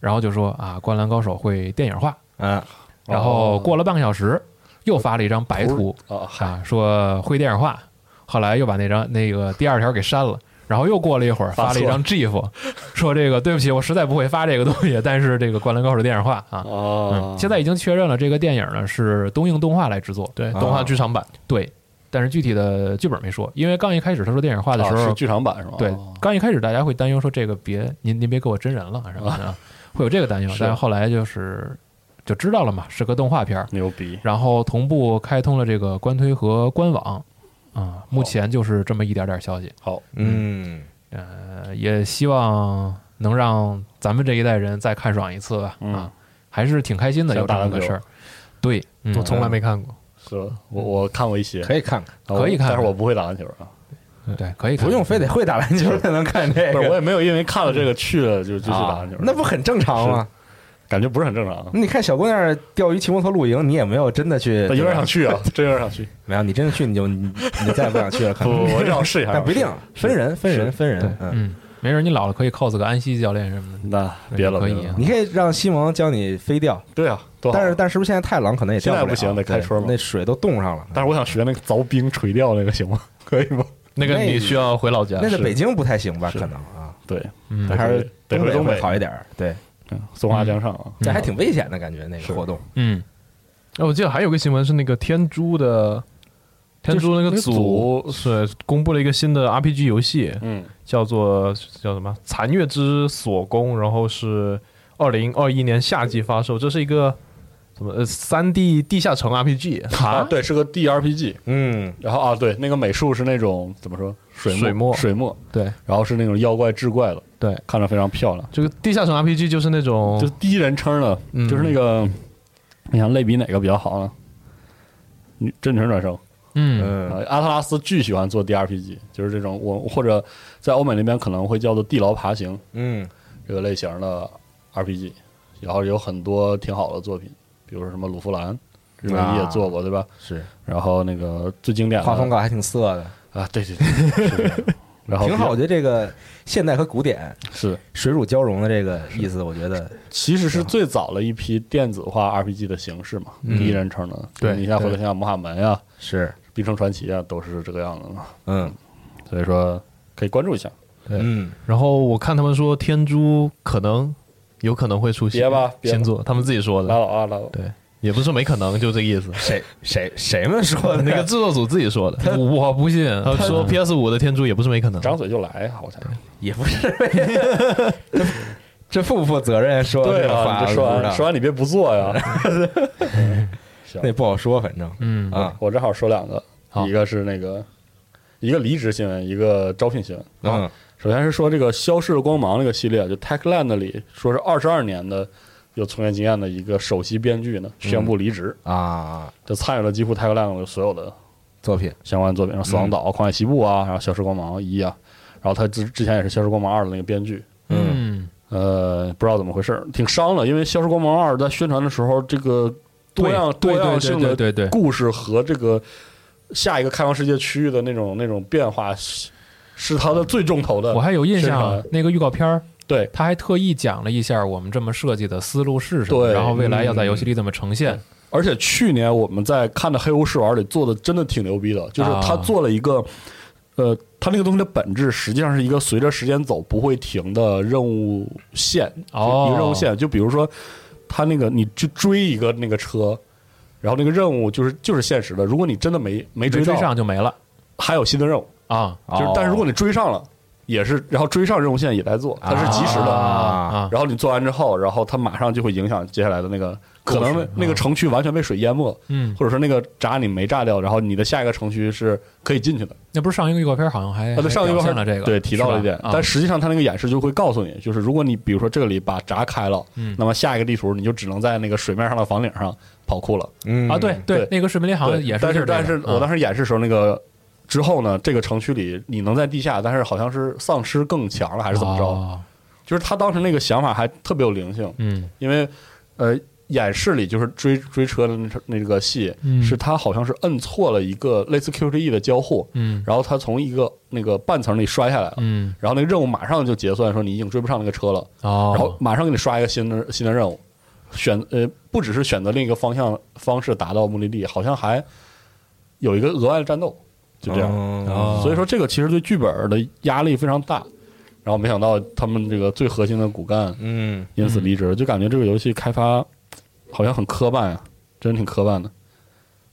C: 然后就说啊，《灌篮高手》会电影化，
B: 啊，
C: 然后过了半个小时又发了一张白图，
D: 啊，嗨，
C: 啊，说会电影化，后来又把那张那个第二条给删了，然后又过了一会儿发了一张 GIF，说这个对不起，我实在不会发这个东西，但是这个《灌篮高手》电影化啊，
D: 哦
C: 嗯，，现在已经确认了这个电影呢是东映动画来制作，
E: 对，
B: 啊
E: 动画剧场版，
C: 对，但是具体的剧本没说，因为刚一开始他说电影化的时
D: 啊
C: 候
D: 是，剧场版是吗？
C: 对
D: 哦，
C: 刚一开始大家会担忧说这个别您您别给我真人了什么的啊，会有这个担忧，
D: 是
C: 但是后来就是就知道了嘛，是个动画片儿，
D: 牛逼，
C: 然后同步开通了这个官推和官网，啊，目前就是这么一点点消息，
D: 好，
B: 嗯，
C: 呃，也希望能让咱们这一代人再看爽一次吧，
D: 嗯
C: 啊，还是挺开心的
D: 像
C: 有这
D: 打
C: 么
D: 篮
C: 个
D: 球
C: 事儿，对，嗯
E: 我从来没看过。
D: 是我我看过一些，
B: 可以看看，
D: 啊我
C: 可以看
D: 但是我不会打篮球啊，
C: 对，可以看
B: 不用非得会打篮球才能看哎这
D: 不是，我
B: 个，啊
D: 也没有因为看了这个去了就就去打篮球，
B: 那不很嗯正常吗？
D: 感觉不是很正常啊，
B: 你看小姑娘钓鱼、骑摩托、露营，你也没有真的去，
D: 但有点想
B: 去。
D: 去啊，真有点想去，
B: 没有，你真的去你就你你再也不想 去了， 可
D: 不，
B: 能。
D: 我想试一下，
B: 但不一定，分人分人
D: 是
B: 分人。嗯，
C: 嗯，没准你老了可以 cos 个安西教练什么的，
D: 那别了，
C: 可以
D: 别了
C: 啊
B: 你可以让西蒙教你飞钓，
D: 对啊，多好
B: 但是但是不是现在太冷，可能也钓
D: 现在
B: 了哎
D: 不行得开春了
B: 对那水都冻上了。
D: 但是我想学那个凿冰垂钓那个行吗？ 可以吗？
E: 那个
B: 那
E: 你
B: 个
E: 需要回老家，
B: 那在
D: 是
B: 北京不太行吧？可能啊，
D: 对，
C: 嗯
D: 对
B: 还是
D: 得
B: 东
D: 回
B: 北
D: 东
B: 会嗯
D: 北
B: 好一点儿。对，
D: 嗯松花江上啊，
B: 这还挺危险的感觉，那个活动。
C: 嗯，
E: 哎，我记得还有个新闻是那个天珠的，天珠那个组是公布了一个新的 RPG 游戏，
D: 嗯，
E: 叫做叫什么《残月之锁宫》，然后是二零二一年夏季发售，这是一个什么呃三 D 地下城 RPG
D: 啊，对，是个 DRPG，
B: 嗯，
D: 然后啊，对，那个美术是那种怎么说，水
E: 水墨
D: 水墨，
E: 对
D: 然后是那种妖怪志怪的，
E: 对，
D: 看着非常漂亮，
E: 这个地下城 RPG 就是那种
D: 就是第一人称的，
E: 嗯
D: 就是那个，你想类比哪个比较好呢？女真人转生，
C: 嗯
B: 嗯
D: 呃，阿特拉斯巨喜欢做 DRPG，就是这种我或者在欧美那边可能会叫做地牢爬行
B: 嗯，
D: 这个类型的 RPG，然后有很多挺好的作品，比如说什么鲁夫兰，日本也做
E: 啊
D: 过、对吧？
B: 是
D: 然后那个最经典的
B: 画风稿还挺色的，
D: 啊，对对对，是这样 然后
B: 挺好。我觉得这个现代和古典
D: 是
B: 水乳交融的这个意思，我觉得
D: 其实是最早的一批电子化 RPG 的形式嘛，第一人称的。
E: 对
D: 你现在回头
E: 对
D: 想想，《魔法门》呀，
B: 是。
D: 《冰城传奇》啊，都是这个样子嘛。
B: 嗯
D: 所以说，可以关注一下。
E: 对
B: 嗯，
E: 然后我看他们说天珠可能有可能会出新
D: 别吧别吧
E: 新作，他们自己说
D: 拉
E: 的，
D: 倒啊，拉倒。
E: 对，也不是没可能，就这个意 思。
B: 谁谁谁们说的
E: 那 个制作组自己说的，
C: 我不信，
E: 他说 PS 五的天珠也不是没可能。
D: 张嘴就来啊，我操！
B: 也不是，这负不负责任？说
D: 对
B: 这个
D: 啊，
B: 话
D: 你这说
B: 不知道
D: 完说完你别不做呀。
B: 那不好说，反正
C: 嗯
B: 啊，
D: 我正好说两个，
C: 好
D: 一个是那个一个离职新闻，一个招聘新闻。
B: 嗯
D: 首先是说这个消逝的光芒这个系列，就 Techland 里说是二十二年的有从业经验的一个首席编剧呢，宣布离职，
B: 啊，
D: 就参与了几乎 Techland 所有的
B: 作品
D: 相关作品，像《死
C: 嗯
D: 亡岛》狂野西部》啊，然后《消失光芒一》啊，然后他之之前也是《消失光芒二》的那个编剧，
C: 嗯，
D: 呃，不知道怎么回事，挺伤的，因为《消失光芒二》在宣传的时候，这个多样
C: 对
D: 多样
C: 对
D: 性
C: 对
D: 的
C: 对对对，
D: 故事和这个下一个开放世界区域的那种那种变化，是是它的最重头的
C: 我。还有印象啊
D: 宣，
C: 那个预告片儿，
D: 对，
C: 他还特意讲了一下我们这么设计的思路是什么，
D: 对
C: 然后未来要在游戏里怎么呈现。
D: 而且去年我们在看的《黑巫试玩》里做的真的挺牛逼的，就是
C: 啊
D: 他做了一个，呃，他那个东西的本质实际上是一个随着时间走不会停的任务线，
C: 哦
D: 一个任务线。就比如说，他那个你去追一个那个车，然后那个任务就是就是现实的，如果你真的没没
C: 没
D: 追
C: 追
D: 到，
C: 上就没了
D: 还有新的任务，
C: 啊
D: 就是、但是如果你追上了，也是然后追上任务线也在做，它是及时的。
C: 啊啊！
D: 然后你做完之后，然后它马上就会影响接下来的那个，可
C: 故
D: 能
C: 事
D: 那个城区完全被水淹没，
C: 嗯，
D: 或者说那个闸你没炸掉，然后你的下一个城区是可以进去的。
C: 那不是上一个预告片好像还
D: 啊，对，上一
C: 还哎
D: 个
C: 表
D: 话
C: 现了这个，
D: 对提到了一
C: 是吧
D: 点，
C: 啊
D: 但实际上它那个演示就会告诉你，就是如果你比如说这里把闸开了，
C: 嗯
D: 那么下一个地图你就只能在那个水面上的房顶上跑酷了。
B: 嗯
C: 啊，对对
D: 对，
C: 那个视频里好像
D: 对，
C: 也
D: 但
C: 是
D: 是
C: 这个，嗯啊
D: 但是我当
C: 时
D: 时演示的时候，那个之后呢，这个城区里你能在地下，但是好像是丧尸更强了还是怎么着？
C: 着？
D: 就是他当时那个想法还特别有灵性，
C: 嗯
D: 因为呃，演示里就是追追车的那那个戏，
C: 嗯
D: 是他好像是摁错了一个类似 QTE 的交互，
C: 嗯
D: 然后他从一个那个半层里摔下来了，
C: 嗯
D: 然后那个任务马上就结算，说你已经追不上那个车了，
C: 哦，
D: 然后马上给你刷一个新的新的任务，选呃不只是选择另一个方向方式达到目的地，好像还有一个额外的战斗，就
B: 哦
D: 这样。啊
B: 样
D: 嗯所以说这个其实对剧本的压力非常大，然后没想到他们这个最核心的骨干
B: 嗯
D: 因此离职，就感觉这个游戏开发好像很磕绊啊，真挺磕绊的。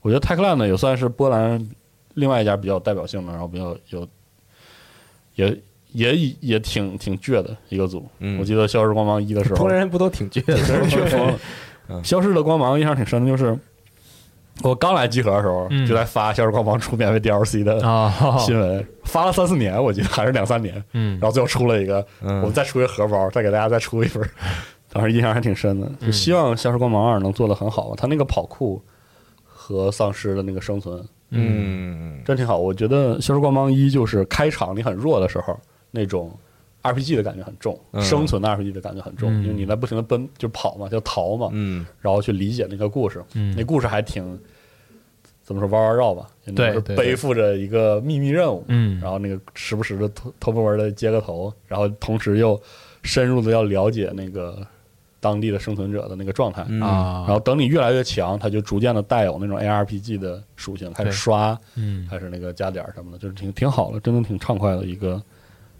D: 我觉得 Techland 呢也算是波兰另外一家比较有代表性的，然后比较有也也也挺挺倔的一个组。
B: 嗯
D: 我记得《消失光芒一》的时候
B: 波，兰人不都挺倔的？
D: 真是倔疯了。
B: 嗯
D: 消失的光芒印象挺深的，就是我刚来集合的时候、
C: 嗯
D: 就在发《消失光芒》出免费 DLC 的
C: 啊，
D: 新闻，发了三四年，我记得还是两三年，
C: 嗯
D: 然后最后出了一个，
B: 嗯
D: 我们再出一个荷包，再给大家再出一份 儿，当时印象还挺深的。就希望《消失光芒二》能做得很好，它那个跑酷和丧尸的那个生存
B: 嗯
D: 真挺好。我觉得《消失光芒一》就是开场你很弱的时候那种 RPG 的感觉很重，
B: 嗯
D: 生存的 RPG 的感觉很重，
C: 嗯
D: 因为你在不停的奔就跑嘛，叫逃嘛，
B: 嗯
D: 然后去理解那个故事，
C: 嗯
D: 那故事还挺。怎么说弯弯绕吧，就你
E: 对
D: 是
E: 对对
D: 背负着一个秘密任务，
C: 嗯
D: 然后那个时不时的偷偷摸摸的接个头，然后同时又深入的要了解那个当地的生存者的那个状态，
B: 嗯
C: 啊，
D: 然后等你越来越强，它就逐渐的带有那种 ARPG 的属性，开始
C: 对
D: 刷，
C: 嗯
D: 开始那个加点儿什么的，就是挺挺好的，真的挺畅快的一个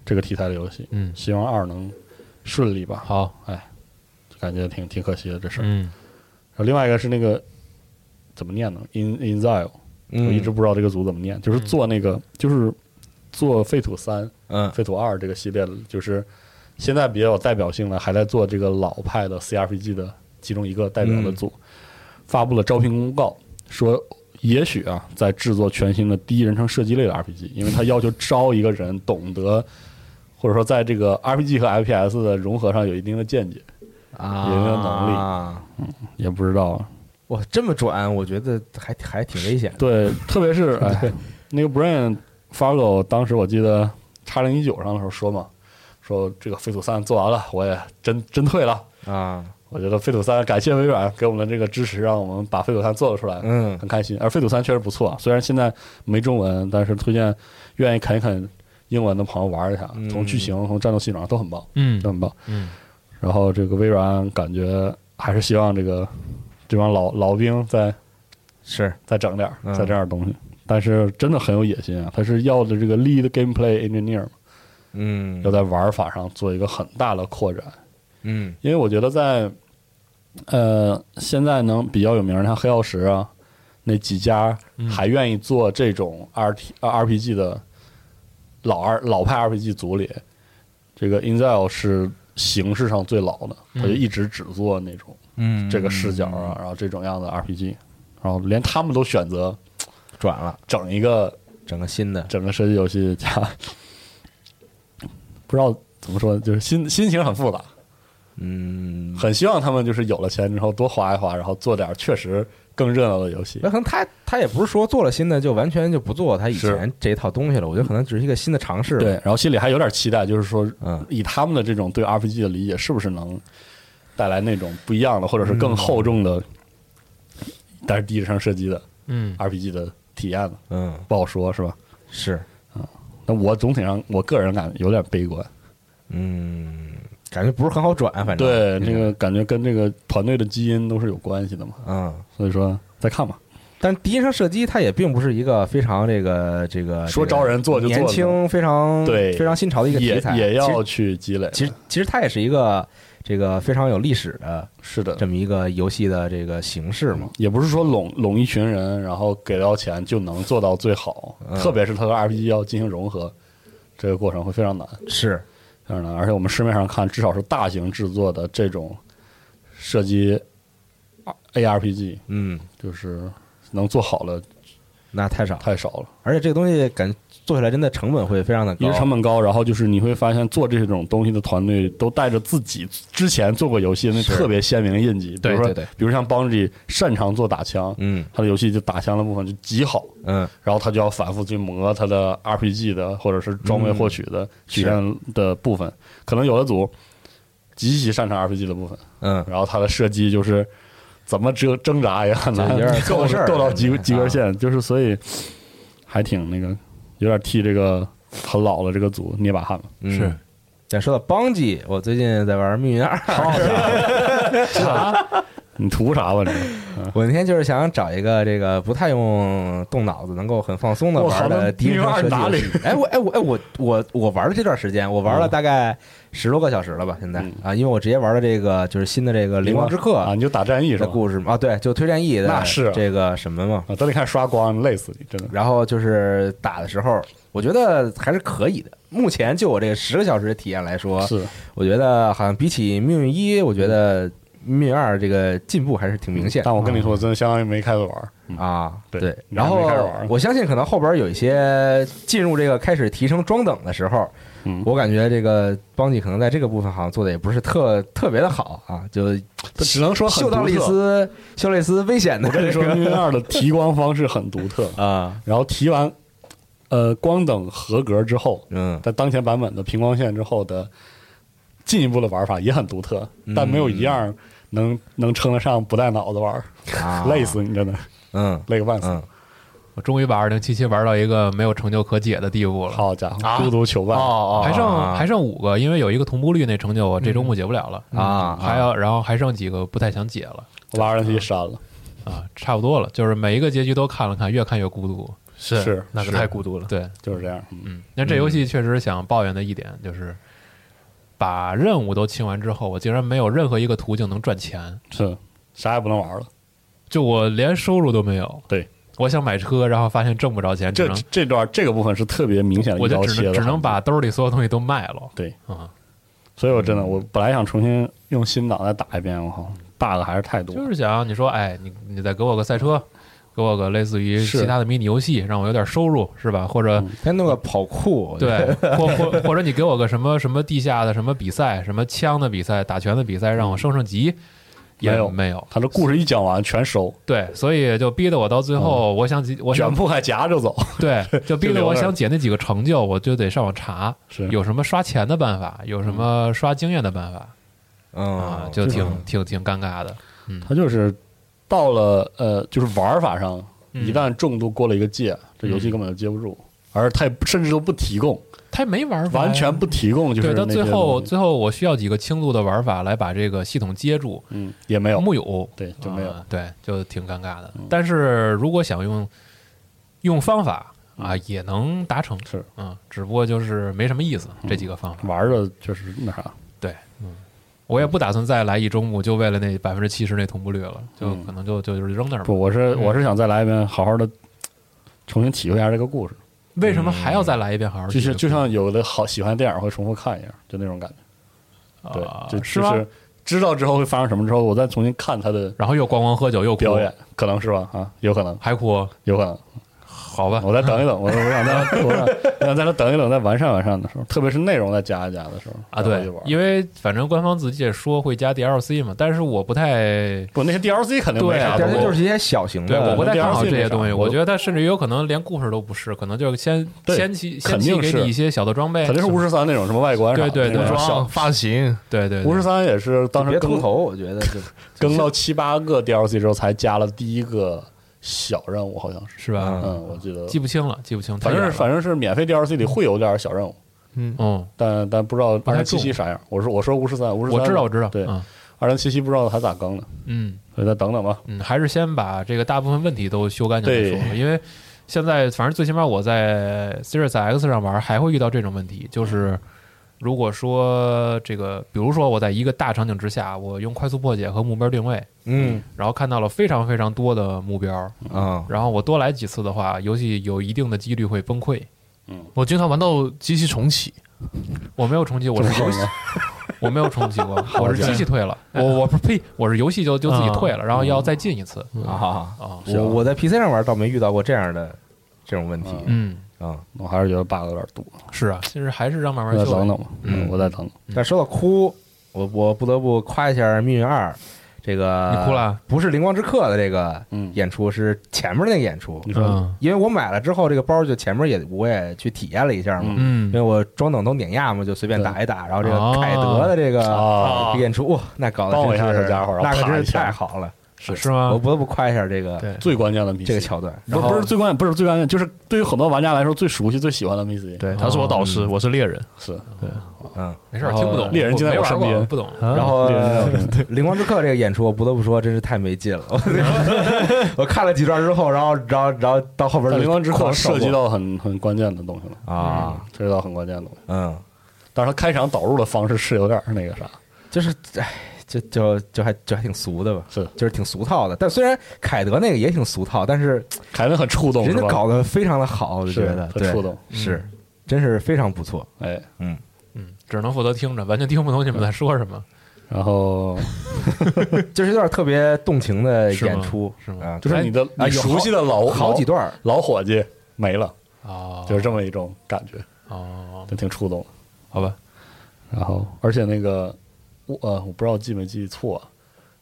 D: 这个题材的游戏。
C: 嗯
D: 希望二能顺利吧，哎
C: 好
D: 感觉挺挺可惜的这事儿。
C: 嗯
D: 然后另外一个是那个怎么念呢？In Inzile，
B: 嗯，
D: 我一直不知道这个组怎么念，就是做那个就是做废土三。
B: 嗯
D: 《废土二》这个系列，就是现在比较有代表性的，还在做这个老派的 CRPG 的其中一个代表的组，发布了招聘公告，说也许啊，在制作全新的第一人称射击类的 RPG，因为他要求招一个人懂得，或者说在这个 RPG 和 FPS 的融合上有一定的见解，
B: 啊，
D: 有没有能力
B: 力？
D: 也不知道
B: 啊
D: 啊。
B: 哇，这么转，我觉得还还挺危险的。
D: 对，特别是哎，那个 Brian Fargo 当时我记得叉零一九上的时候说嘛，说这个《废土三》做完了，我也真真退了。
B: 啊，
D: 我觉得《废土三》感谢微软给我们的这个支持，让我们把《废土三》做了出来，
B: 嗯
D: 很开心。而《废土三》确实不错，啊虽然现在没中文，但是推荐愿意啃一啃英文的朋友玩一下，
B: 嗯
D: 从剧情、从战斗系统上都很棒，
C: 嗯
D: 都很棒。
C: 嗯
D: 然后这个微软感觉还是希望这个这帮老老兵再
B: 是
D: 再整点儿，
B: 嗯
D: 再整点儿东西。但是真的很有野心啊！他是要的这个 lead gameplay engineer 嘛
B: 嗯
D: 要在玩法上做一个很大的扩展，
B: 嗯
D: 因为我觉得在呃现在能比较有名儿的，像黑曜石啊那几家
B: 嗯
D: 还愿意做这种 R T、R 呃 P G 的老二老派 R P G 组里，这个 Inzel 是形式上最老的，他就一直只做那种
B: 嗯
D: 这个视角啊，然后这种样的 RPG，然后连他们都选择
B: 转了，
D: 整一个
B: 整个新的，
D: 整个射击游戏加， 不知道怎么说，就是心心情很复杂，
B: 嗯，
D: 很希望他们就是有了钱之后多花一花，然后做点确实更热闹的游戏
B: 那。可能他他也不是说做了新的就完全就不做他以
D: 是
B: 前这一套东西了，我觉得可能只是一个新的尝试。
D: 对，，然后心里还有点期待，就是说
B: 嗯，
D: 以他们的这种对 RPG 的理解，是不是能带来那种不一样的，或者是
B: 嗯
D: 更厚重的，但是第一人称射击的
C: 嗯
D: RPG 的体验呢？
B: 嗯，
D: 不好说，是吧？
B: 是，
D: 那我总体上，我个人感觉有点悲观。
B: 嗯，感觉不是很好转，反正
D: 对，
B: 这
D: 那个感觉跟这个团队的基因都是有关系的嘛。
B: 嗯。
D: 所以说，再看吧。
B: 但第一人称射击它也并不是一个非常这个这个
D: 说
B: 这个
D: 招人做就做
B: 年轻非常
D: 对
B: 嗯非常新潮的一个
D: 也
B: 题材，
D: 也
B: 其实
D: 要去积累的。
B: 其实其实它也是一个这个非常有历史的
D: 是嗯的，
B: 这么一个游戏的这个形式嘛。
D: 也不是说拢拢一群人，然后给到钱就能做到最好。
B: 嗯
D: 特别是它和 RPG 要进行融合，这个过程会非常难，
B: 是，
D: 非常难。而且我们市面上看，至少是大型制作的这种射击 ARPG，
B: 嗯，
D: 就是能做好了
B: 那太少，
D: 太少了，
B: 而且这个东西感做起来真的成本会非常的
D: 一
B: 高，
D: 是成本高，然后就是你会发现做这种东西的团队都带着自己之前做过游戏的那
B: 是
D: 特别鲜明的印记。比如
B: 对
D: 说
B: 对对，
D: 比如像邦吉擅长做打枪，
B: 嗯
D: 他的游戏就打枪的部分就极好，
B: 嗯
D: 然后他就要反复去磨他的 RPG 的或者是装备获取
B: 嗯
D: 的曲线的部分。可能有的组极其擅长 RPG 的部分，
B: 嗯，
D: 然后他的射击就是怎么挣挣扎也很难
B: 就有点凑
D: 够
B: 事儿
D: 够到
B: 感
D: 及
B: 觉啊
D: 及格线，就是所以还挺那个，有点替这个很老的这个组捏把汗了。
B: 嗯。但说到邦吉，我最近在玩《命运二》，
D: 你图啥吧你？
B: 我那天就是想找一个这个不太用动脑子，能够很放松的
D: 我靠
B: 玩的
D: 那
B: 第一人
D: 命
B: 称射
D: 运二
B: 击
D: 哪
B: 游
D: 里
B: 戏。哎，我哎我哎我我我玩的这段时间，我玩了大概十多个小时了吧，现在
D: 嗯
B: 啊，因为我直接玩了这个就是新的这 个《灵光之
D: 啊，
B: 客
D: 你就打战役》是
B: 的
D: 吧？
B: 故事嘛，啊，对，就推荐义的
D: 那是
B: 这个什么嘛，
D: 啊，等你看刷光累死你，真的。
B: 然后就是打的时候，我觉得还是可以的。目前就我这个十个小时的体验来说，
D: 是，
B: 我觉得好像比起命运一，我觉得命运二这个进步还是挺明显啊的
D: 嗯但我跟你说，我真的相当于没开始玩儿。
B: 啊。
D: 对
B: 对，
D: 你还
B: 然后
D: 没开始玩
B: 我相信可能后边有一些进入这个开始提升装等的时候，
D: 嗯
B: 我感觉这个邦吉可能在这个部分好像做的也不是特特别的好啊，就
D: 只能说很
B: 嗅到了一
D: 独特
B: 丝嗅到了一丝危险的
D: 我跟你 说，
B: 这个，
D: 命运二的提光方式很独特
B: 啊，
D: 然后提完呃光等合格之后，
B: 嗯
D: 在当前版本的平光线之后的进一步的玩法也很独特，
B: 嗯
D: 但没有一样能能称得上不带脑子玩儿，
B: 啊
D: 累死你真的
B: 嗯
D: 累个半死。
B: 嗯，
C: 我终于把二零七七玩到一个没有成就可解的地
B: 嗯
C: 步了。
D: 好家伙，
C: 啊
D: 孤独求败，
B: 哦
C: 还剩
B: 啊
C: 还剩五个，因为有一个同步率那成就，我这周末解不了了
B: 嗯啊
C: 还要然后还剩几个不太想解了
D: 我把二零七删了。
C: 啊，差不多了，就是每一个结局都看了看，越看越孤独。
E: 是
D: 是
E: 那个太孤独了。
C: 对，
D: 就是这样，嗯
C: 嗯，那这游戏确实想抱怨的一点就是，把任务都清完之后，我竟然没有任何一个途径能赚钱，
D: 是啥也不能玩了。
C: 嗯就我连收入都没有。
D: 对，
C: 我想买车，然后发现挣不着钱，只
D: 这
C: 能
D: 这段这个部分是特别明显的
C: 我
D: 一
C: 就
D: 刀
C: 只
D: 切的，
C: 能只能把兜里所有东西都卖了。
D: 对
C: 啊，嗯
D: 所以我真的我本来想重新用新档再打一遍，我靠，bug 还是太多了。
C: 就是想你说，哎，你你再给我个赛车，给我个类似于
D: 是嗯
C: 其他的迷你游戏，让我有点收入，是吧？或者、
B: 先弄个跑酷，我觉得
C: 对，或或或者你给我个什么什么地下的什么比赛，什么枪的比赛、打拳的比赛，让我升升级，也
D: 嗯没有
C: 没有。
D: 他这故事一讲完全收，
C: 对，所以就逼得我到最后，我想解，我
D: 哦卷
C: 想
D: 铺盖夹着走。
C: 对，就逼
D: 就
C: 得
D: 留
C: 我
D: 着
C: 想解那几个成就，我就得上网查，
D: 是嗯
C: 有什么刷钱的办法，有什么刷经验的办法啊
D: 哦
B: 嗯，，
C: 就挺
D: 这种
C: 挺挺尴尬的。
D: 他就是到了呃，就是玩法上，
C: 嗯
D: 一旦重度过了一个界，这游戏根本就接不住，而他也不甚至都不提供，
C: 他也没玩法呀
D: 完全不提供，就是
C: 对，到
D: 那
C: 最
D: 些
C: 后，
D: 东西
C: 最后我需要几个轻度的玩法来把这个系统接住，
D: 嗯也没有，
C: 木有
D: 对就没有嗯
C: 啊对，就挺尴尬的。但是如果想用用方法
D: 嗯
C: 啊，也能达成，
D: 是
C: 嗯，只不过就是没什么意思。
D: 嗯
C: 这几个方法，
D: 玩的就是那啥，
C: 对，嗯，我也不打算再来一周目，就为了那百分之七十那同步率了，就
D: 嗯
C: 可能就就就是扔那儿吧
D: 不，。我是我是想再来一遍，好好的重新体会一下这个故事，
C: 为什么还要再来一遍？好好
D: 嗯就
C: 体
D: 是
C: 会
D: 就像有的好喜欢的电影会重复看一样，就那种感觉。对，
C: 啊
D: 就是就
C: 吗
D: 是知道之后会发生什么之后，我再重新看他的
C: 然后又光光喝酒又哭
D: 表演，可能是吧？啊，有可能，
C: 还哭，
D: 有可能。啊
C: 好吧，
D: 我再等一等，我我想再我想我想在那等一等，再完善完善的时候，特别是内容再加一加的时候
C: 啊，
D: 然后
C: 对
D: 就玩，
C: 因为反正官方自己也说会加 DLC 嘛，但是我不太。
D: 不那些 DLC 肯定没
C: 对啊
D: 啥，
B: 第二
C: 我
B: 就是一些小型
C: 对，
B: 的，
C: 我不太看好这
D: DLC
C: 些
D: 没啥
C: 东西。
D: 我
C: 我觉得它甚至也有可能连故事都不是，可能就是先
D: 对
C: 先期先
D: 肯
C: 期
D: 定
C: 给
D: 是
C: 你一些小的装备，
D: 肯定是巫师三那种什么外观啥的，
C: 对对对
D: 那种
E: 装
D: 小
E: 发型，
C: 对对，对
D: 巫师三也是当时
B: 别秃
D: 更
B: 头，我觉得就
D: 更到七八个 DLC 之后才加了第一个小任务，好像是，
C: 是吧？
D: 嗯，我记得
C: 记不清了，记不清，
D: 反
C: 太
D: 正是
C: 远了
D: 反正是免费 DLC 里会有点小任务，
E: 嗯，
C: 嗯，
D: 但但不知道
C: 不
D: 二
C: 太
D: 零
C: 重
D: 七七啥样。我说我说巫师三，巫师三
C: 我知道我知道，
D: 对，
C: 嗯
D: 二零七七不知道还咋更呢，
C: 嗯
D: 所以再等等吧。
C: 嗯，还是先把这个大部分问题都修干净再
D: 对
C: 说吧，因为现在反正最起码我在 Series X 上玩还会遇到这种问题，就是如果说这个，比如说我在一个大场景之下，我用快速破解和目标定位，
B: 嗯
C: 然后看到了非常非常多的目标，
D: 嗯
B: 啊，
C: 然后我多来几次的话，游戏有一定的几率会崩溃。
E: 我经常玩到机器重启，
C: 我没有重启，我是游戏，我没有重启过，我是机器退了，我我不是呸，我是游戏就就自己退了，然后要再进一次
D: 嗯
B: 啊，
C: 啊，
D: 哦
B: 我我在 PC 上玩倒没遇到过这样的这种问题
C: 嗯，
B: 啊。
D: 我还是觉得 bug 有点多，
C: 是啊，其实还是让慢慢
D: 再
C: 修呗
D: 等等吧。嗯，我再等等。
B: 但说到哭，我我不得不夸一下《命运二》这个，
C: 你哭了？
B: 不是《灵光之客》的这个
D: 嗯
B: 演出，是前面那个演出。
D: 你说
C: 嗯
B: 因为我买了之后，这个包就前面也我也去体验了一下嘛，
D: 嗯
C: 嗯
B: 因为我装等都碾压嘛，就随便打一打。然后这个凯德的这个、
D: 啊
B: 演出，哇，那搞
D: 帮我
B: 的
D: 一下
B: 真
D: 这
B: 是，
D: 家伙然后
B: 那可
D: 啪
B: 真
D: 一
B: 是
D: 下
B: 太好了。
C: 是
B: 我
C: 吗？
B: 不得不夸一下这个
E: 对
D: 最关键的 NPC，
B: 这个桥段。
D: 不是不是最关键，不是最关键，就是对于很多玩家来说最熟悉、最喜欢的 NPC。
B: 啊
E: 对，他是我导师，我是猎人，
D: 是
B: 嗯，
C: 没事，听不懂，
D: 猎人就在
C: 没
D: 我
C: 玩
D: 身
C: 过，
D: 边
C: 不懂。
E: 啊
B: 然后
D: 嗯呃对
B: 《灵光之客》这个演出，我不得不说，真是太没劲了。我看了几段之后，然后，然后，然后到后边
D: 但
B: 就
D: 灵光之
B: 狂
D: 客
B: 扫
D: 涉及
B: 过
D: 到很很关键的东西了，
B: 啊，
D: 涉及到很关键的东西。
B: 嗯，
D: 但是他开场导入的方式是有点那个啥，
B: 就是，哎，就就就还就还挺俗的吧，
D: 是
B: 就是挺俗套的。但虽然凯德那个也挺俗套，但是
D: 凯文很触动，
B: 人
D: 是
B: 家
D: 吧？
B: 搞得非常的好，我就觉
D: 是
B: 得
D: 很
B: 对
D: 触，动，嗯
B: 是，真是非常不错。
D: 哎，
C: 嗯，只能负责听着，完全听不懂你们在说什么，
D: 然后
B: 就是一段特别动情的
C: 是吗
B: 演出，
C: 是吗
B: 啊，
D: 就是你的
B: 哎
D: 你
B: 有好
D: 熟悉的老
B: 好几
D: 老
B: 段儿，
D: 老伙计没了，
C: 哦，
D: 就是这么一种感觉，
C: 哦，
D: 就挺触动的。
C: 好吧，
D: 然后，而且那个我呃，我不知道记没记错啊，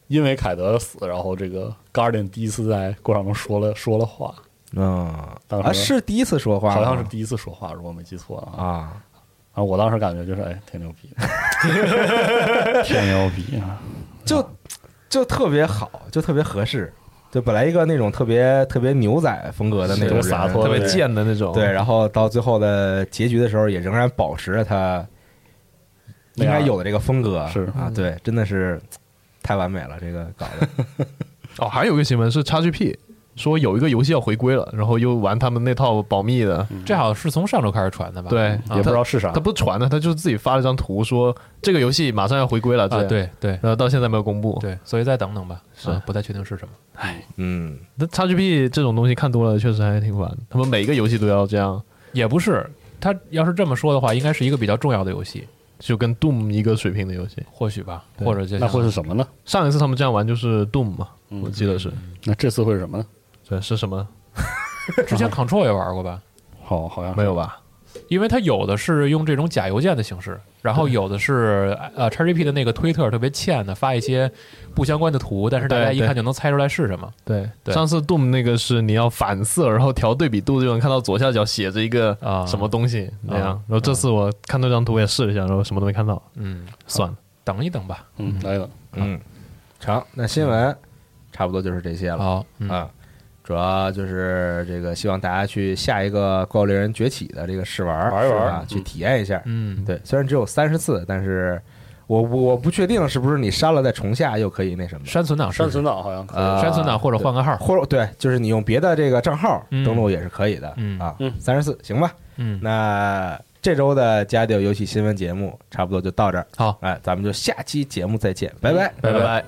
D: 因为凯德的死，然后这个 Guardian 第一次在过场中说了说了话，
B: 嗯，
D: 当时
B: 啊，是第一次说话吗，
D: 好像是第一次说话，如果没记错的话啊。
B: 啊，
D: 然后我当时感觉就是，哎，挺牛逼的，挺牛逼啊！
B: 就就特别好，就特别合适。就本来一个那种特别特别牛仔风格的那种
D: 是特别洒
B: 人
D: 脱
E: 特别
D: 对
E: 贱的那种，
B: 对，，然后到最后的结局的时候，也仍然保持着他应该有的这个风格，
D: 是
B: 啊，对，真的是太完美了，这个搞的
E: 哦，还有一个新闻是 XGP 说有一个游戏要回归了，然后又玩他们那套保密的，
C: 这好像是从上周开始传的吧？啊
E: 对，
D: 也不知道是啥
E: 他，不是传的，他就是自己发了张图说这个游戏马上要回归了，
C: 啊，
E: 这样，
C: 对对
E: 然后到现在没有公布。
C: 对，所以再等等吧，是不太确定是什么。
B: 嗯，
E: 那 XGP 这种东西看多了，确实还挺烦。他们每一个游戏都要这样，
C: 也不是，他要是这么说的话，应该是一个比较重要的游戏，
E: 就跟 Doom 一个水平的游戏。
C: 或许吧，
E: 对
C: 或者就
D: 那
C: 像
D: 会是什么呢？
E: 上一次他们这样玩就是 Doom 嘛，
D: 嗯
E: 我记得是，
D: 那这次会是什么呢？
E: 对，是什么？
C: 之前 Control 也玩过吧？
D: 好，好像是
E: 没有吧？
C: 因为它有的是用这种假邮件的形式，然后有的是呃 XGP 的那个推特特别欠的，发一些不相关的图，但是大家
E: 对
C: 一
E: 对
C: 看就能猜出来是什么。
E: 对，
C: 对
E: 上次 Doom 那个是你要反色，然后调对比度就能看到左下角写着一个
C: 啊
E: 什么东西那样
C: 啊。
E: 然后这次我看那张图也试了一下，然后什么都没看到，
C: 嗯，
E: 算了。
C: 等一等吧。
D: 嗯，来了，
B: 嗯，成，那新闻差不多就是这些了
C: 好，嗯
B: 啊。主要就是这个，希望大家去下一个《怪物猎人崛起》的这个试玩
D: 玩一玩
B: 啊，去体验一下。
C: 嗯，
B: 对，虽然只有三十次，但是我我我不确定是不是你删了再重下又可以那什么，
C: 删存档，
D: 山村，啊岛好像可以
B: 呃
C: 删存档或者换个号。
B: 或者对，就是你用别的这个账号
C: 嗯
B: 登录也是可以的、
C: 嗯
B: 啊
D: 嗯。
B: 三十四，行吧？
C: 嗯，
B: 那这周的家调游戏新闻节目差不多就到这儿，
C: 好，
B: 哎，咱们就下期节目再见，拜拜，
C: 拜拜。